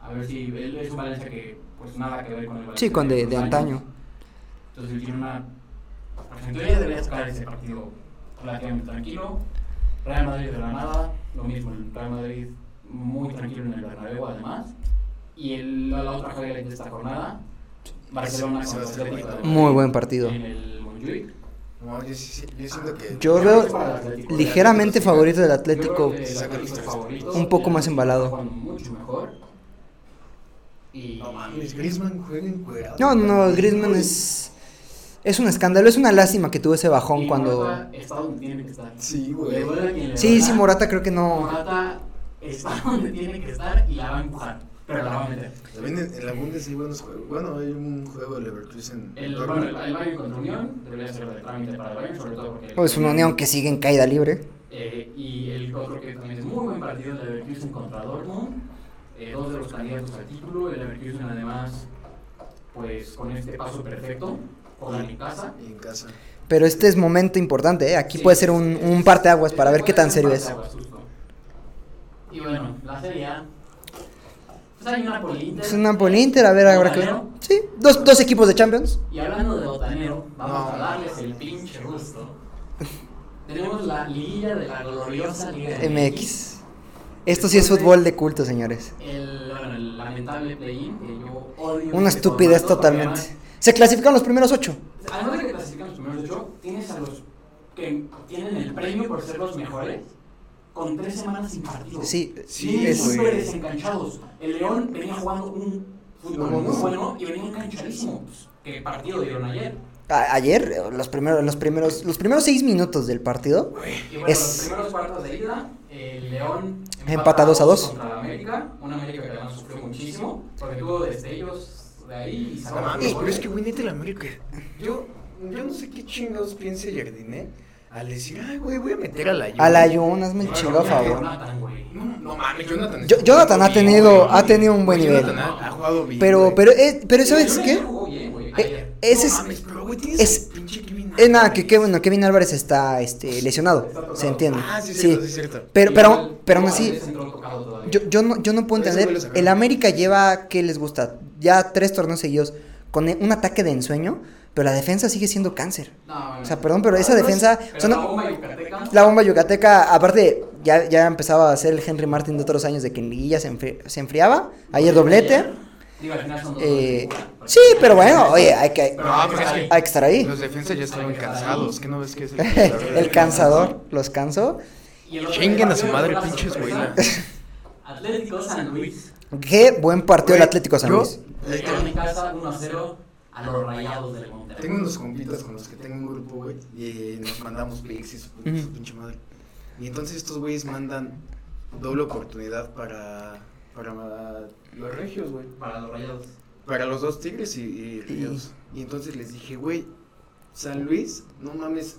S4: A ver si él es un Valencia que, pues nada que ver con el Valencia.
S3: Sí, con de, de
S4: otros
S3: antaño.
S4: años. Entonces el Girona, pues en teoría debería sacar ese partido relativamente tranquilo. Real Madrid de la nada, lo mismo, el Real Madrid muy tranquilo en el Bernabéu además. Y el- la, la otra jugada de esta jornada, Barcelona
S5: Sí,
S4: contra
S5: sí, sí.
S4: Atlético de Madrid
S3: Muy buen partido.
S4: En el Montjuic.
S5: No, yo, sí- sí- yo siento que.
S3: Yo
S4: creo
S3: veo
S4: que para el Atlético-
S3: ligeramente favorito del Atlético.
S4: Yo creo que el Atlético es favorito,
S3: Un poco
S4: el
S3: más embalado.
S4: está jugando mucho mejor. Y
S5: No mames, Griezmann juega encuerado.
S3: No, no, Griezmann es. Es un escándalo, es una lástima que tuvo ese bajón
S4: y
S3: cuando.
S4: Morata está donde tiene que estar.
S5: Sí,
S4: Le
S5: güey.
S4: duele a quien le
S3: Sí,
S4: duela,
S3: sí, Morata creo que no.
S4: Morata está donde tiene que estar y la va a empujar, pero la va a meter.
S5: También en, en la Bundes hay buenos juegos. Bueno, hay un juego de Leverkusen.
S4: El, Eh, bueno, el, el Bayern contra Unión debería ser de trámite para el Bayern, sobre todo porque... el-
S3: Es una unión que sigue en caída libre.
S4: Eh, y el otro que también es muy buen partido, el Leverkusen contra Dortmund. eh, dos de los candidatos al título. El Leverkusen, además, pues con este paso perfecto, juegan en casa.
S5: Y en casa.
S3: Pero este es momento importante, ¿eh? Aquí
S4: Sí,
S3: puede ser
S4: es-
S3: un,
S4: es-
S3: un parteaguas
S4: es-
S3: para ver
S4: Este puede
S3: qué tan
S4: ser
S3: serio
S4: un
S3: es.
S4: parteaguas, justo. Y bueno, la Serie A. Pues hay una Poli-Inter.
S3: Es una Inter, a ver, ahora qué.
S4: Botanero.
S3: Sí, dos, dos equipos de Champions.
S4: Y hablando de botanero, vamos
S5: No.
S4: a darles el pinche gusto. Tenemos la liguilla de la gloriosa Liga
S3: MX. Esto sí es fútbol de culto, señores.
S4: El, bueno, el lamentable play-in que yo odio.
S3: Una
S4: este
S3: estupidez
S4: formato,
S3: totalmente.
S4: porque
S3: Se clasificaron los primeros ocho.
S4: Además, además de que clasifican los primeros ocho, tienes a los que tienen el premio por ser los mejores con tres semanas sin partido.
S3: Sí,
S5: Sí,
S4: Vienen
S3: es-
S5: güey.
S4: súper desencanchados. El León venía jugando un fútbol
S5: No,
S4: muy
S5: no.
S4: bueno y venía enganchadísimo. Pues, ¿Qué partido dieron ayer?
S3: a- ayer, eh, los primeros, los primeros, los primeros seis minutos del partido.
S4: Y bueno,
S3: Es-
S4: los primeros cuartos de ida, el León
S3: Empata dos a dos.
S4: contra la América. Una América que además sufrió muchísimo porque tuvo destellos de ahí y
S5: No
S4: sacó
S5: Ah, mames,
S4: los
S5: pero es
S4: goles.
S5: que, güey, neta, el América. Yo, yo no sé qué chingados piensa Jardiné al decir, ay, güey, voy a meter a la Juve".
S3: A la Jun, hazme el
S4: Bueno,
S3: chingo a
S4: mira,
S3: favor.
S4: Jonathan, güey.
S5: No, no mames, Jonathan.
S3: Yo- Jonathan ha tenido- ha tenido un buen
S5: Güey,
S3: nivel.
S5: Jonathan ha, ha jugado bien.
S3: Pero,
S5: güey.
S3: pero, eh, pero
S4: Sí,
S3: ¿sabes
S4: Jonathan
S3: qué?
S4: jugó bien, güey,
S3: Eh,
S4: ayer.
S3: ese
S5: no
S3: es,
S5: mames, pero, güey, tienes
S3: es-
S5: al pinche Kevin
S3: es Eh, nada, que,
S5: Álvarez.
S3: que bueno, Kevin Álvarez está este, lesionado, se entiende.
S5: Ah, sí, es
S3: Sí,
S5: cierto, sí, es cierto.
S3: pero,
S4: Y
S3: pero,
S4: igual,
S3: pero aún
S4: no,
S3: así,
S4: Andrés entró tocado todavía.
S3: yo, yo, no, yo no puedo
S5: Ese güey lo
S3: entender.
S5: sacaron.
S3: El América lleva, ¿qué les gusta? Ya tres torneos seguidos con e- un ataque de ensueño, pero la defensa sigue siendo cáncer.
S4: No, bueno.
S3: O sea, perdón, pero esa
S4: Pero
S3: defensa. o sea,
S4: la
S3: no-
S4: bomba yucateca,
S3: La bomba yucateca, aparte, ya, ya empezaba a ser el Henry Martin de otros años de que en liguilla se, enfri- se enfriaba. Ayer doblete.
S4: Digo, al final son dos
S3: eh,
S4: goles de Cuba.
S3: sí, pero bueno, oye, hay que,
S4: Pero vamos,
S5: pero es que-
S3: hay que estar ahí.
S5: Los defensas ya estaban cansados. ¿Qué no ves que es el
S3: El cansador los cansó.
S4: Y el otro
S5: Chinguen a
S4: partido
S5: su madre,
S4: fue la
S5: pinches
S4: sorpresa.
S5: güeyes.
S4: Atlético San Luis.
S3: Qué buen partido el Atlético San
S5: Yo-
S3: Luis.
S5: Ahí
S4: Le ganó en
S5: tengo-
S4: casa 1-0 a los rayados del Monterrey.
S5: Tengo unos compitas con los que tengo un grupo, güey, y eh, nos mandamos pics y su, su
S3: Ujú.
S5: pinche madre. Y entonces estos güeyes mandan doble oportunidad para, para ah, los regios, güey.
S4: Para los rayados.
S5: Para los dos Tigres y, y Ríos. Y entonces les dije, güey, San Luis, no mames,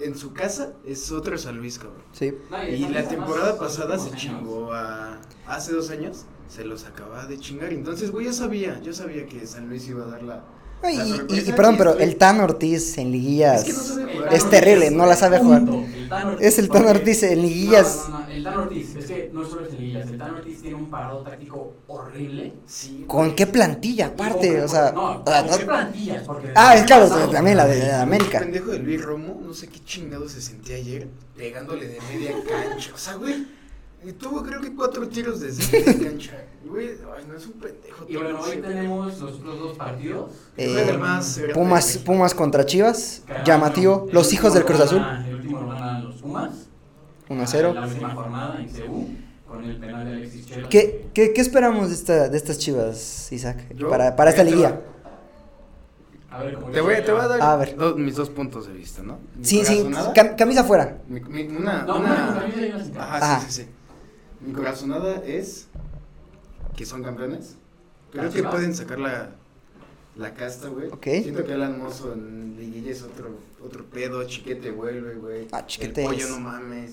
S5: en su casa es otro San Luis, cabrón.
S3: Sí.
S4: No,
S5: Y
S4: San Luis
S5: la
S4: además,
S5: temporada
S4: los
S5: pasada se
S4: últimos años,
S5: chingó a... Hace dos años se los acababa de chingar. Entonces, güey, yo sabía, yo sabía que San Luis iba a dar la...
S3: No, Y,
S5: la
S3: y-
S5: sorpresa
S3: y perdón,
S5: y
S3: pero
S5: estoy-
S3: el Tan Ortiz en liguillas.
S5: Es que no sabe
S4: El
S5: jugar.
S4: Tan
S3: Es terrible,
S4: Ortiz,
S3: no la sabe jugar.
S4: punto. El Tan Ortiz,
S3: Es el Tan
S4: porque-
S3: Ortiz en liguillas.
S4: No, no, no, el Tan Ortiz, es que no solo es en liguillas, el Tan Ortiz tiene un parado táctico horrible.
S5: Sí.
S3: ¿Con qué plantilla aparte? O sea, o
S4: no,
S3: sea,
S4: ¿con qué
S3: no-
S4: plantillas? Porque
S3: ah, es claro,
S4: pasado,
S3: también la de la de
S5: El
S3: América.
S5: pendejo de Luis Romo, no sé qué chingado se sentía ayer, pegándole de media cancha. O sea, güey, y tuvo creo que cuatro tiros desde media cancha. Y, Güey, ay, no es un pendejo.
S4: Y bueno, hoy
S5: Sí.
S4: tenemos los otros dos partidos.
S3: Eh,
S5: Juega el más grande
S3: Pumas,
S5: de México.
S3: Pumas contra Chivas. Llamativo.
S4: El
S3: Los hijos del
S4: último
S3: Cruz Azul.
S4: lo gana- El último lo ganan los Pumas.
S3: 1-0.
S4: La última jornada en Cebu, con el penal de Alexis Chela.
S3: ¿Qué, qué, qué esperamos de, esta, de estas chivas, Isaac?
S5: Yo-
S3: Para, para esta
S5: Ahí te
S3: liguilla.
S4: A ver, cómo
S5: Te voy, te voy a dar
S3: A ver.
S5: dos- mis dos puntos de vista, ¿no? Mi
S3: Sí, sí,
S5: corazonada-
S3: cam- camisa afuera.
S5: mi- mi- una,
S4: No,
S5: una-
S4: no, también hay una sin cara.
S5: Ajá,
S3: Ajá.
S5: sí, sí, sí. Mi corazonada es que son campeones. Creo
S4: Las
S5: que
S4: Chivas.
S5: pueden sacar la, la casta, güey.
S3: Ok.
S5: Siento que Alan Mozo en Liguilla es otro, otro pedo. Chiquete vuelve, güey.
S3: Ah, Chiquete
S5: El
S3: es-
S5: pollo, no mames.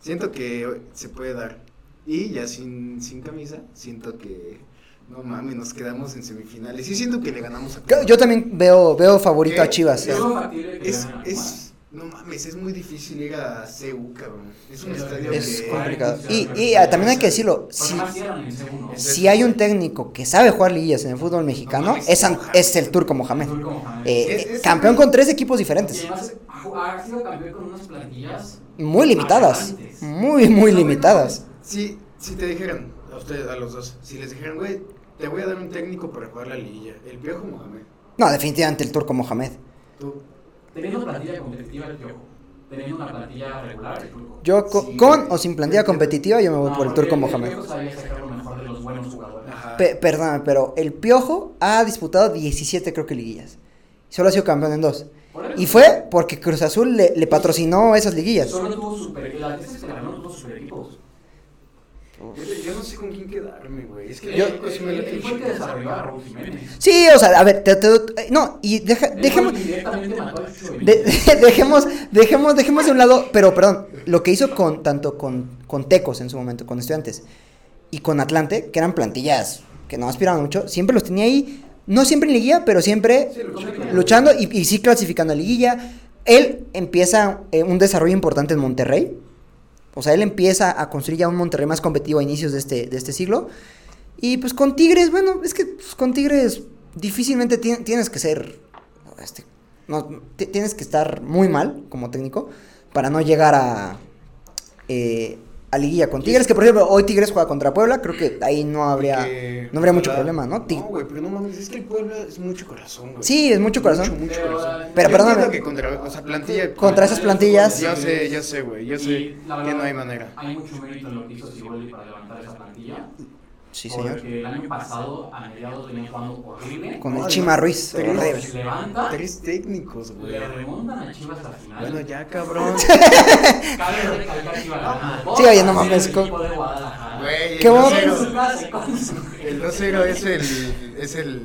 S5: Siento que se puede dar. Y ya sin, sin camisa, siento que No mames, nos quedamos en semifinales. Y siento que le ganamos a
S3: Yo, yo también veo, veo favorito
S5: ¿Qué?
S3: a Chivas.
S5: Yo-
S3: eh.
S4: Solo factible que
S5: Es,
S4: ganen a Pumas.
S5: es, no mames, es muy difícil ir a CU, cabrón. Es un
S4: Es
S5: estadio
S3: Es
S5: que-
S3: complicado. Y, y, ah, también hay que decirlo,
S4: Porque
S3: si,
S4: además cierran en segundo.
S5: Es-
S3: si hay un técnico que sabe jugar liguillas en el fútbol mexicano,
S5: mames,
S3: es, An-
S5: Mohamed.
S3: es el turco Mohamed.
S4: Azul como James.
S3: Eh,
S5: Es-
S3: eh,
S5: es-
S3: campeón con tres equipos
S4: Y
S3: diferentes,
S4: además ha ha sido campeón con unas plantillas
S3: muy limitadas,
S4: aberrantes.
S3: muy, muy limitadas.
S5: Si, si te dijeran, a ustedes, a los dos, si les dijeran, güey, te voy a dar un técnico para jugar la liguilla, el viejo Mohamed,
S3: No, definitivamente el turco Mohamed.
S5: tú.
S4: Teniendo plantilla competitiva el Piojo, teniendo una plantilla regular el Turco.
S3: Yo co-
S5: Sí.
S3: con o sin plantilla competitiva, yo me voy
S4: No,
S3: por el
S4: porque
S3: turco Mohamed.
S4: Piojo sabía sacar lo mejor de los buenos jugadores.
S5: Ajá.
S3: Pe- perdóname, pero el Piojo ha disputado 17 creo que liguillas. Solo ha sido campeón en dos.
S4: Por eso,
S3: Y fue porque Cruz Azul le, le patrocinó esas liguillas.
S4: Solo tuvo super, las veces que la ganó no tuvo super equipos.
S5: Yo, yo no sé con quién quedarme, güey. Es que
S4: Yo,
S5: el Piojo sí me late un
S4: Eh, fue el que
S5: chingo.
S4: desarrolló a Raúl Jiménez.
S3: Sí, o sea, a ver, te- te- eh, no, y deja,
S4: Él fue
S3: dejemos,
S4: el que directamente mató al Chucho
S3: de-
S4: Benítez.
S3: dejemos, dejemos, dejemos de un lado, pero perdón, lo que hizo con tanto con, con Tecos en su momento, con Estudiantes, y con Atlante, que eran plantillas que no aspiraban mucho, siempre los tenía ahí, no siempre en liguilla, pero siempre
S5: Sí, luchando.
S3: luchando y, y sí clasificando a liguilla. Él empieza eh, un desarrollo importante en Monterrey. O sea, él empieza a construir ya un Monterrey más competitivo a inicios de este, de este siglo. Y pues con Tigres, bueno, es que pues, con Tigres difícilmente ti- tienes que ser. este, no, ti- tienes que estar muy mal como técnico para no llegar a. eh, a liguilla con Tigres, que por ejemplo, hoy Tigres juega contra Puebla, creo que ahí no habría.
S5: Que-
S3: no habría mucho
S5: ojalá-
S3: problema, ¿no? Ti-
S5: No, güey, pero no mames, es que el pueblo es mucho corazón, güey.
S3: Sí, es mucho corazón.
S5: Mucho, mucho
S4: Pero,
S5: corazón.
S4: ah,
S3: Pero
S5: Yo
S3: perdóname.
S5: entiendo que contra, o sea, plantilla.
S3: Contra esas plantillas.
S5: Yo sé, yo sé, güey. Yo sé
S4: Y la
S5: que
S4: verdad,
S5: no hay manera.
S4: Hay mucho mérito en lo que hizo Siboldi para levantar esa plantilla.
S3: Sí, señor.
S4: Porque el año pasado a mediados venía jugando horrible.
S3: Con el
S5: No,
S3: Chima
S5: no,
S3: Ruiz.
S5: terrible.
S3: horrible.
S4: Se levanta,
S5: Tres técnicos, güey.
S4: le remontan a Chivas a la final.
S5: Bueno, ya, cabrón.
S4: Cabe recalcar que iba ganando.
S3: Sí, oye, no mames,
S4: El
S3: co-
S4: equipo de Guadalajara.
S5: Güey,
S3: Qué
S5: el
S3: bueno.
S4: En
S5: 2-0.
S4: su casa, con su-
S5: El 2-0 es el, es el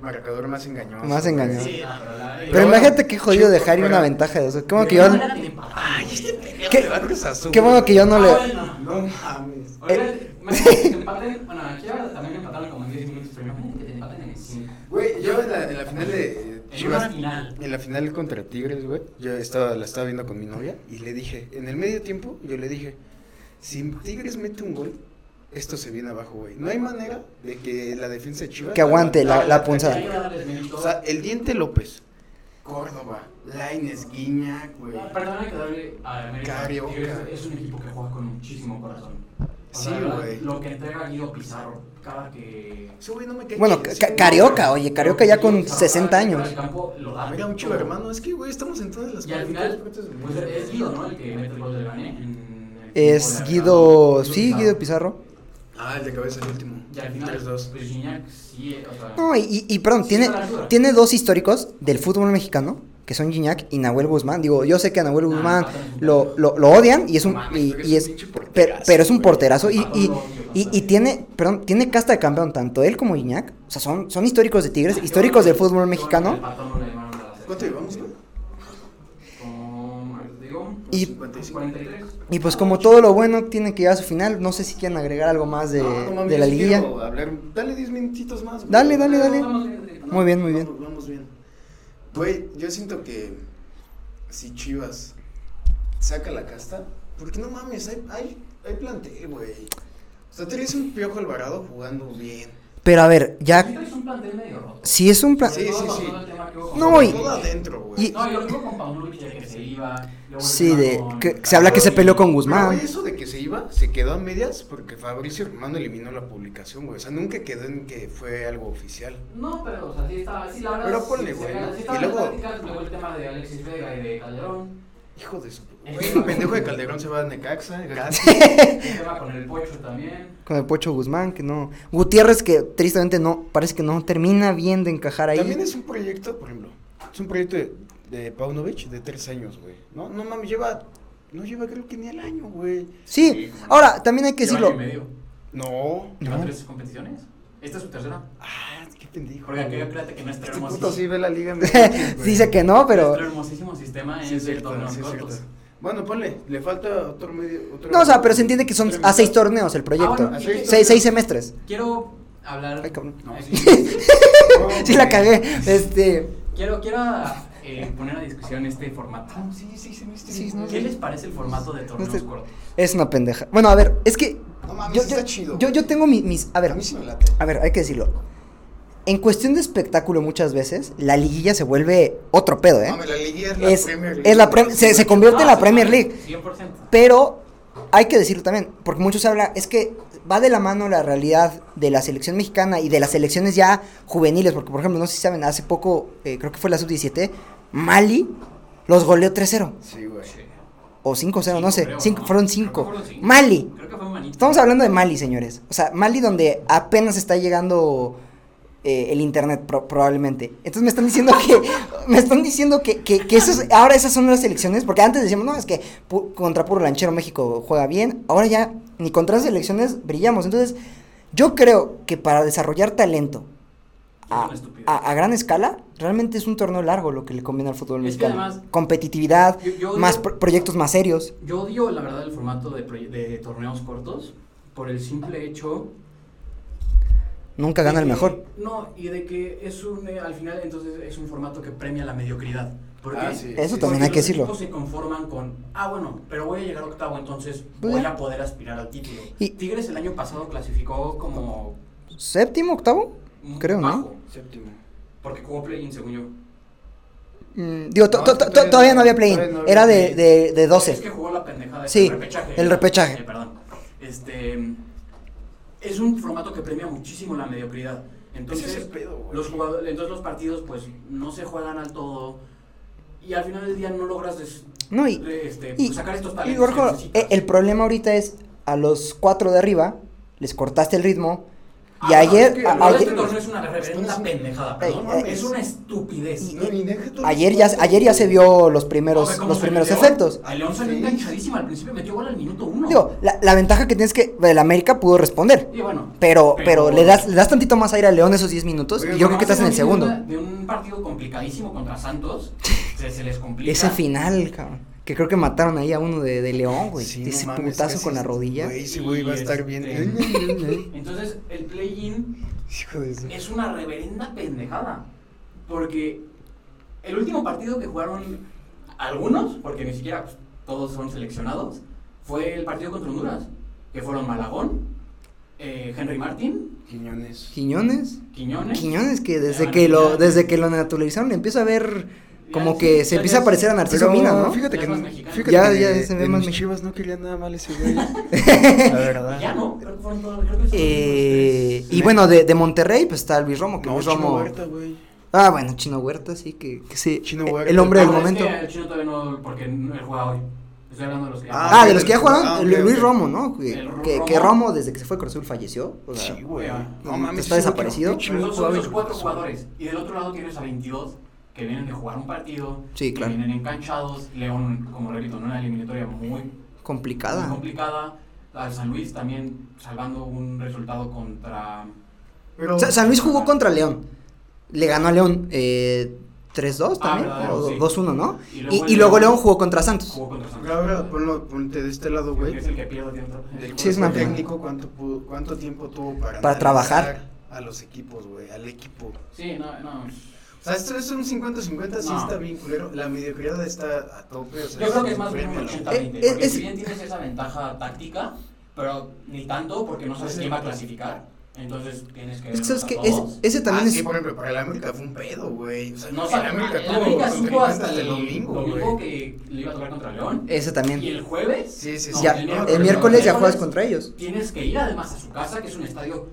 S5: marcador más engañoso.
S3: Más engañoso.
S4: Sí, la verdad, eh.
S3: Pero imagínate qué jodido
S5: Chico,
S3: dejar ir una
S5: pero-
S3: ventaja de eso. Qué bueno que
S4: Pero
S3: yo,
S4: no era ni empate.
S5: ¿Qué?
S3: qué, qué bueno que yo no
S4: Ah,
S3: le.
S4: bueno.
S5: No mames.
S4: Oye, imagínate que te empaten. Bueno, aquí ahora también empataron como en 10 minutos, pero imagínate que te empaten en el 5.
S5: Güey, yo en la, en la final de eh,
S4: En una
S5: Chivas.
S4: final.
S5: En la final contra Tigres, güey, yo estaba, la estaba viendo con mi novia y le dije, en el medio tiempo, yo le dije, si Tigres mete un gol, esto se viene abajo, güey. No hay manera de que la defensa de Chivas...
S3: Que aguante la- la punzada.
S4: Hay que darles mérito.
S5: O sea, el diente López, Córdoba, Laines, Guiñac, güey.
S4: Ah, Perdón, hay que darle a América.
S5: Carioca.
S4: Tigres Es un equipo que juega con muchísimo corazón. O
S5: Sí,
S4: sea, la verdad,
S5: güey.
S4: Lo que entrega Guido Pizarro cada que.
S5: Ese güey no me cae
S3: Bueno,
S5: bien,
S3: ca-
S5: ese
S3: Carioca,
S5: güey.
S3: oye, Carioca ya con 60 años.
S4: El campo lo da.
S5: Mira, un chivo hermano, es que, güey, estamos en todas las
S4: Y al
S5: partes,
S4: final,
S5: partes del
S4: pues
S5: mundo.
S4: es Guido, ¿no? El que mete el gol del Gane. en el
S3: Es
S4: fútbol
S3: Guido.
S4: americano.
S3: Sí, Guido Pizarro.
S5: Ah, el de cabeza, el último.
S4: Y al final,
S5: 3-2.
S4: pues Gignac sí, o sea.
S3: No, y, y- y perdón,
S4: Sí,
S3: tiene,
S4: para ayudar.
S3: tiene dos históricos del fútbol mexicano, que son Gignac y Nahuel Guzmán. Digo, yo sé que a Nahuel
S4: Ah,
S3: Guzmán
S4: empatan.
S3: lo, lo- lo odian y es un.
S5: Mames,
S3: Y,
S5: pero
S3: y
S5: es
S3: es,
S5: un pinche
S3: per- pero,
S5: porterazo,
S3: es un
S5: güey.
S3: porterazo. Y, y-
S4: Empató un odio,
S3: y- y
S4: bastante.
S3: tiene, perdón, tiene casta de campeón, tanto él como Gignac. O sea, son, son históricos de Tigres, históricos del fútbol mexicano.
S5: ¿Cuánto llevamos, güey?
S3: Y-
S5: 55.
S4: 43.
S3: Y pues como todo lo bueno tiene que llegar a su final, no sé si quieren agregar algo más de,
S5: No, no mames,
S3: de la
S5: yo sí
S3: liguilla.
S5: quiero hablar- Dale 10 minutitos más. güey.
S3: Dale, dale, dale.
S5: No,
S3: Muy bien, muy bien.
S5: Vamos, vamos bien. Güey, yo siento que si Chivas saca la casta, porque no mames, hay, hay, hay plantel, güey. O sea, tenés un Piojo Alvarado jugando bien.
S3: Pero a ver, ya,
S4: Es un plantel medio roto.
S3: si es un plan...
S5: Sí, sí, sí.
S3: No, y-
S5: Todo adentro, güey.
S3: y-
S4: No, yo lo digo con Paulucci de que se iba. luego
S3: Sí, de,
S4: con-
S3: que se habla que se peleó con
S5: Pero, güey,
S3: Guzmán.
S5: eso de que se iba, se quedó a medias porque Fabricio Romano eliminó la publicación, güey. O sea, nunca quedó en que fue algo oficial.
S4: No, pero, o sea, sí estaba. Sí, la verdad.
S5: Pero
S4: sí,
S5: ponle,
S4: sí,
S5: güey,
S4: sí,
S5: ¿no?
S4: sí
S5: Y
S4: estaba
S5: luego-
S4: platicando, luego el tema de Alexis Vega y de Calderón.
S5: Hijo de su.
S4: El
S5: Güey,
S4: tema-
S5: el pendejo de Calderón se va a Necaxa, gracias.
S4: El tema con el Pocho también.
S3: Con el Pocho Guzmán, que no... Gutiérrez, que tristemente no, parece que no termina bien de encajar
S5: También
S3: ahí.
S5: es un proyecto, por ejemplo, es un proyecto de, de Paunovic de tres años, güey. No, no mames, lleva, no lleva creo que ni el año, güey.
S3: Sí, ahora, también hay que
S4: Lleva año
S3: decirlo.
S4: y medio.
S5: No.
S4: Lleva
S3: No.
S4: tres competiciones. Esta es su tercera.
S5: Ah, qué pendejo.
S4: Jorge,
S5: güey.
S4: que créate que no está
S5: Este
S4: hermoso.
S5: puto sí ve la liga.
S3: Dice que no, pero...
S4: Nuestro hermosísimo sistema
S5: Sí, es
S4: Ah, es de
S5: cierto,
S4: torneos
S5: sí, es
S4: cortos.
S5: cierto. Bueno, ponle, le falta otro medio. Otro
S3: No, o sea, pero se entiende que son
S5: otro
S3: a
S5: medio.
S3: seis torneos el proyecto.
S4: Ah, bueno,
S5: Seis-
S3: Seis, seis semestres.
S4: Quiero hablar.
S3: Ay, cabrón.
S4: No,
S5: Ay,
S4: sí.
S3: Sí la cagué. Este,
S4: Quiero, quiero eh, poner a discusión este formato.
S5: Ah, sí, sí, se me está
S3: Sí, no, Este,
S4: ¿Qué les parece el formato de torneos
S3: No sé.
S4: cortos?
S3: es una pendeja. Bueno, a ver, es que
S5: No mames,
S3: yo,
S5: está
S3: yo-
S5: chido.
S3: yo, yo tengo mi- mis... A
S5: A
S3: ver, ¿Eh?
S5: mí sí me late.
S3: a ver, hay que decirlo. En cuestión de espectáculo muchas veces, la liguilla se vuelve otro pedo, ¿eh?
S5: Mame, la liga es la
S3: Es,
S5: Premier League.
S3: es la Prem- se, se convierte en
S4: Ah,
S3: la
S4: sí,
S3: Premier
S4: claro,
S3: League.
S4: 100%.
S3: Pero hay que decirlo también, porque mucho se habla, es que va de la mano la realidad de la selección mexicana y de las selecciones ya juveniles, porque por ejemplo, no sé si saben, hace poco, eh, creo que fue la sub-17, Mali los goleó 3-0
S5: Sí, güey.
S4: Sí.
S3: o 5-0, no
S4: Cinco,
S3: sé,
S4: creo,
S3: cinco-
S4: ¿no?
S3: fueron
S4: Creo que
S3: 5.
S4: fueron cinco.
S3: Mali,
S4: Creo que fue manito.
S3: estamos hablando de Mali, señores. O sea, Mali donde apenas está llegando eh, el internet pro- probablemente. Entonces me están diciendo que me están diciendo que, que, que esas- ahora esas son las selecciones, porque antes decíamos, no, es que pu- contra puro lanchero México juega bien, ahora ya ni contra esas selecciones brillamos. Entonces, yo creo que para desarrollar talento a,
S4: una estupidez.
S3: a- a gran escala, realmente es un torneo largo lo que le conviene al fútbol
S4: Es que
S3: mexicano.
S4: además-
S3: Competitividad,
S4: Yo- yo
S3: más
S4: odio-
S3: pro- proyectos más serios.
S4: Yo odio, la verdad, el formato de, proye- de torneos cortos por el simple hecho.
S3: Nunca gana
S4: de
S3: el
S4: que-
S3: mejor.
S4: No, y de que es un. eh, al final, entonces, es un formato que premia la mediocridad. ¿Por
S5: Ah,
S4: qué?
S5: sí.
S3: Eso
S5: sí,
S3: también
S4: Porque
S3: hay que
S4: los
S3: decirlo.
S4: equipos se conforman con, ah, bueno, pero voy a llegar a octavo, entonces
S3: Pues
S4: voy
S3: ya.
S4: a poder aspirar al título.
S3: Y-
S4: Tigres el año pasado clasificó como.
S3: ¿Séptimo, octavo?
S4: un
S3: Creo, ¿no?
S4: Mm, bajo,
S5: Séptimo.
S4: Porque jugó play-in, según yo.
S3: Mm, digo, to-
S5: No,
S3: to-
S5: es que
S3: to-
S5: todavía
S3: todavía
S5: no-
S3: no había play-in.
S5: todavía no había
S3: Era de,
S5: play-in.
S3: de, de 12.
S4: Es que jugó la pendejada.
S3: Sí,
S4: el repechaje.
S3: el repechaje.
S4: Eh, perdón. Este. Es un formato que premia muchísimo la mediocridad. Entonces,
S5: Ese es el pedo, güey.
S4: los jugadores, entonces los partidos, pues, no se juegan al todo. Y al final del día no logras des-
S3: No, y-
S4: re- este,
S3: y-
S4: sacar estos
S3: Y,
S4: talentos. que
S3: Gorjo,
S4: necesitas.
S3: eh, el problema ahorita es a los cuatro de arriba, les cortaste el ritmo. Y
S4: Ah,
S3: ayer,
S4: es
S5: que
S3: a-
S4: La verdad,
S3: ayer-
S4: este torneo es una reverenda
S5: Estamos-
S4: pendejada,
S3: Ey,
S4: perdón.
S5: ey,
S4: es
S5: ey.
S4: una estupidez.
S3: Y-
S5: No, ni deja todos
S3: ayer,
S5: los
S3: ya,
S5: cuartos,
S3: ayer ya
S5: güey.
S3: se vio los
S4: A ver
S3: primeros,
S4: cómo
S3: los
S4: se
S3: primeros
S4: metió.
S3: efectos.
S4: A León salió
S5: Sí.
S4: enganchadísima al principio, metió gol al minuto uno.
S3: Digo, la, la ventaja que tienes que el América pudo responder.
S4: y bueno,
S3: Pero, pero le das,
S4: Oye,
S3: le das tantito más aire a León esos 10 minutos. Y yo creo
S4: nomás
S3: que estás en el
S4: venimos
S3: segundo.
S4: De una- de un partido complicadísimo contra Santos, se, se les complica.
S3: Ese final, cabrón. Que creo que mataron ahí a uno de, Pues, de León, güey.
S5: Sí, no
S3: Ese
S5: mames,
S3: putazo
S5: casi
S3: con la
S5: es-
S3: rodilla.
S5: Güey, ese güey va a
S4: Y
S5: estar bien.
S4: este- Entonces, el play-in
S5: Hijo de su-
S4: es una reverenda pendejada. Porque el último partido que jugaron algunos, porque ni siquiera pues, todos son seleccionados, fue el partido contra Honduras, que fueron Malagón, eh, Henry Martín,
S5: Quiñones.
S3: Quiñones.
S4: Quiñones.
S3: Quiñones que desde
S4: Ah,
S3: que lo
S4: ya.
S3: desde que lo naturalizaron le empieza a ver como
S4: Ya,
S3: que
S4: sí,
S3: se
S4: ya
S3: empieza a
S4: es-
S3: parecer a Narciso
S5: Pero
S3: Mina, ¿no?
S5: Fíjate
S4: Ya
S5: que,
S4: es más
S5: no-
S4: mexicano.
S5: fíjate
S3: Ya-
S5: que
S3: ya se ve
S5: en
S3: más
S5: mis
S3: mexicano.
S5: Chivas no quería nada mal ese güey. La verdad.
S4: Ya no, creo que fueron todos, creo que son los
S3: Eh,
S4: tres.
S3: y bueno, de, de Monterrey, pues está Luis Romo, que
S5: No,
S3: Luis
S5: Chino
S3: Romo.
S5: Huerta, güey.
S3: Ah, bueno, Chino Huerta, sí, que, que sí.
S5: Chino
S3: eh,
S5: Huerta.
S3: El hombre del
S4: Ah, es
S3: momento.
S4: que el chino todavía no, porque no- él juega hoy. Estoy hablando de los que ya
S5: Ah,
S3: Ah,
S5: ok,
S3: de los que ya
S5: ok,
S3: jugaron,
S5: ah, ok,
S3: Lu- Luis
S5: ok.
S3: Romo, ¿no? Que,
S4: El
S3: que-
S4: Romo.
S3: que Romo, desde que se fue a Cruz Azul, falleció. o sea,
S5: Sí, güey.
S3: no,
S5: No
S3: está
S5: mames. ese güey
S3: desaparecido.
S5: qué
S4: Pero
S5: chido
S4: esos son
S5: jugaba
S4: los
S5: en
S4: cuatro
S5: Cruz Azul.
S4: jugadores. Y del otro lado tienes a 22 que vienen de jugar un partido.
S3: Sí, claro.
S4: Que vienen enganchados. León, como repito, en una eliminatoria muy, muy
S3: complicada.
S4: complicada. Al San Luis también salvando un resultado contra.
S5: Pero-
S3: O sea, San Luis jugó contra León. Le ganó a León eh, 3-2
S4: Ah,
S3: también,
S4: verdadero,
S3: o
S4: sí.
S3: 2-1, ¿no?
S4: Y
S3: Y,
S4: luego
S3: y
S4: el
S3: luego
S4: León-
S3: León jugó contra Santos.
S4: Jugó contra San Luis.
S5: Ahora ponlo, ponte de este lado, güey.
S4: Es el que pierde tiempo.
S5: Del
S3: Sí, es una
S5: cuerpo
S3: pena.
S5: técnico, ¿cuánto, pudo- ¿cuánto tiempo tuvo
S3: Para
S5: para, analizar
S3: trabajar.
S5: A los equipos, güey, al equipo. O
S4: Sí, no, no.
S5: sea, esto es un 50-50, sí
S4: No.
S5: está bien culero. La mediocridad está a tope. O sea,
S4: Yo creo que es
S5: se
S4: más bien un
S5: premia, ¿no?
S4: 80-20.
S3: Eh, eh,
S4: Porque
S3: es-
S4: si bien tienes esa ventaja táctica, pero ni tanto porque no sabes
S5: Sí.
S4: quién va a clasificar. Entonces tienes que.
S3: Es que sabes
S4: derrotar
S3: que
S4: todos.
S3: ese también
S5: ah,
S3: es.
S5: sí, por ejemplo, para el América fue un pedo, güey. O sea,
S4: No, o sea,
S5: el América
S4: el
S5: tuvo
S4: América supo
S5: contrincantes
S4: hasta el
S5: domingo,
S4: domingo,
S5: güey.
S4: que le iba a tocar contra León.
S3: Ese
S4: Y
S3: también.
S4: el jueves,
S5: Sí, sí,
S4: no,
S5: sí.
S3: Ya,
S4: el
S3: el
S4: miércoles-
S3: miércoles ya
S4: miércoles
S3: juegas contra ellos.
S4: Tienes que ir además a su casa, que es un estadio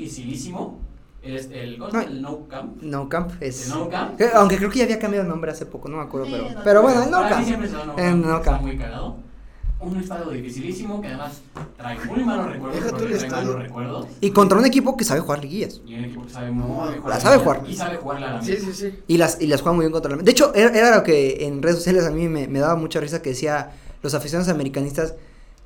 S4: dificilísimo. El, este- el, ¿cómo se llama? el No Camp.
S3: No Camp es. Ah,
S4: El No Camp.
S3: Que- Aunque creo que ya había cambiado de nombre hace poco, no me acuerdo,
S4: Sí,
S3: pero.
S4: no,
S3: Pero bueno, el No
S4: para mí
S3: Camp.
S4: siempre se va No
S3: El
S4: Camp,
S3: No
S4: está
S3: Camp.
S4: muy cagado. Un estadio dificilísimo que además trae muy malos recuerdos.
S5: Deja tú
S4: porque
S5: el
S4: trae
S5: estadio.
S4: malos recuerdos.
S3: Y contra un equipo que sabe jugar liguillas.
S4: Y un equipo que sabe muy
S5: La
S4: bien
S3: sabe jugar.
S4: Y sabe jugar la
S5: Sí, sí, sí.
S3: Y las, y las juega muy bien contra la De hecho, era, era lo que en redes sociales a mí me, me daba mucha risa que decía los aficionados americanistas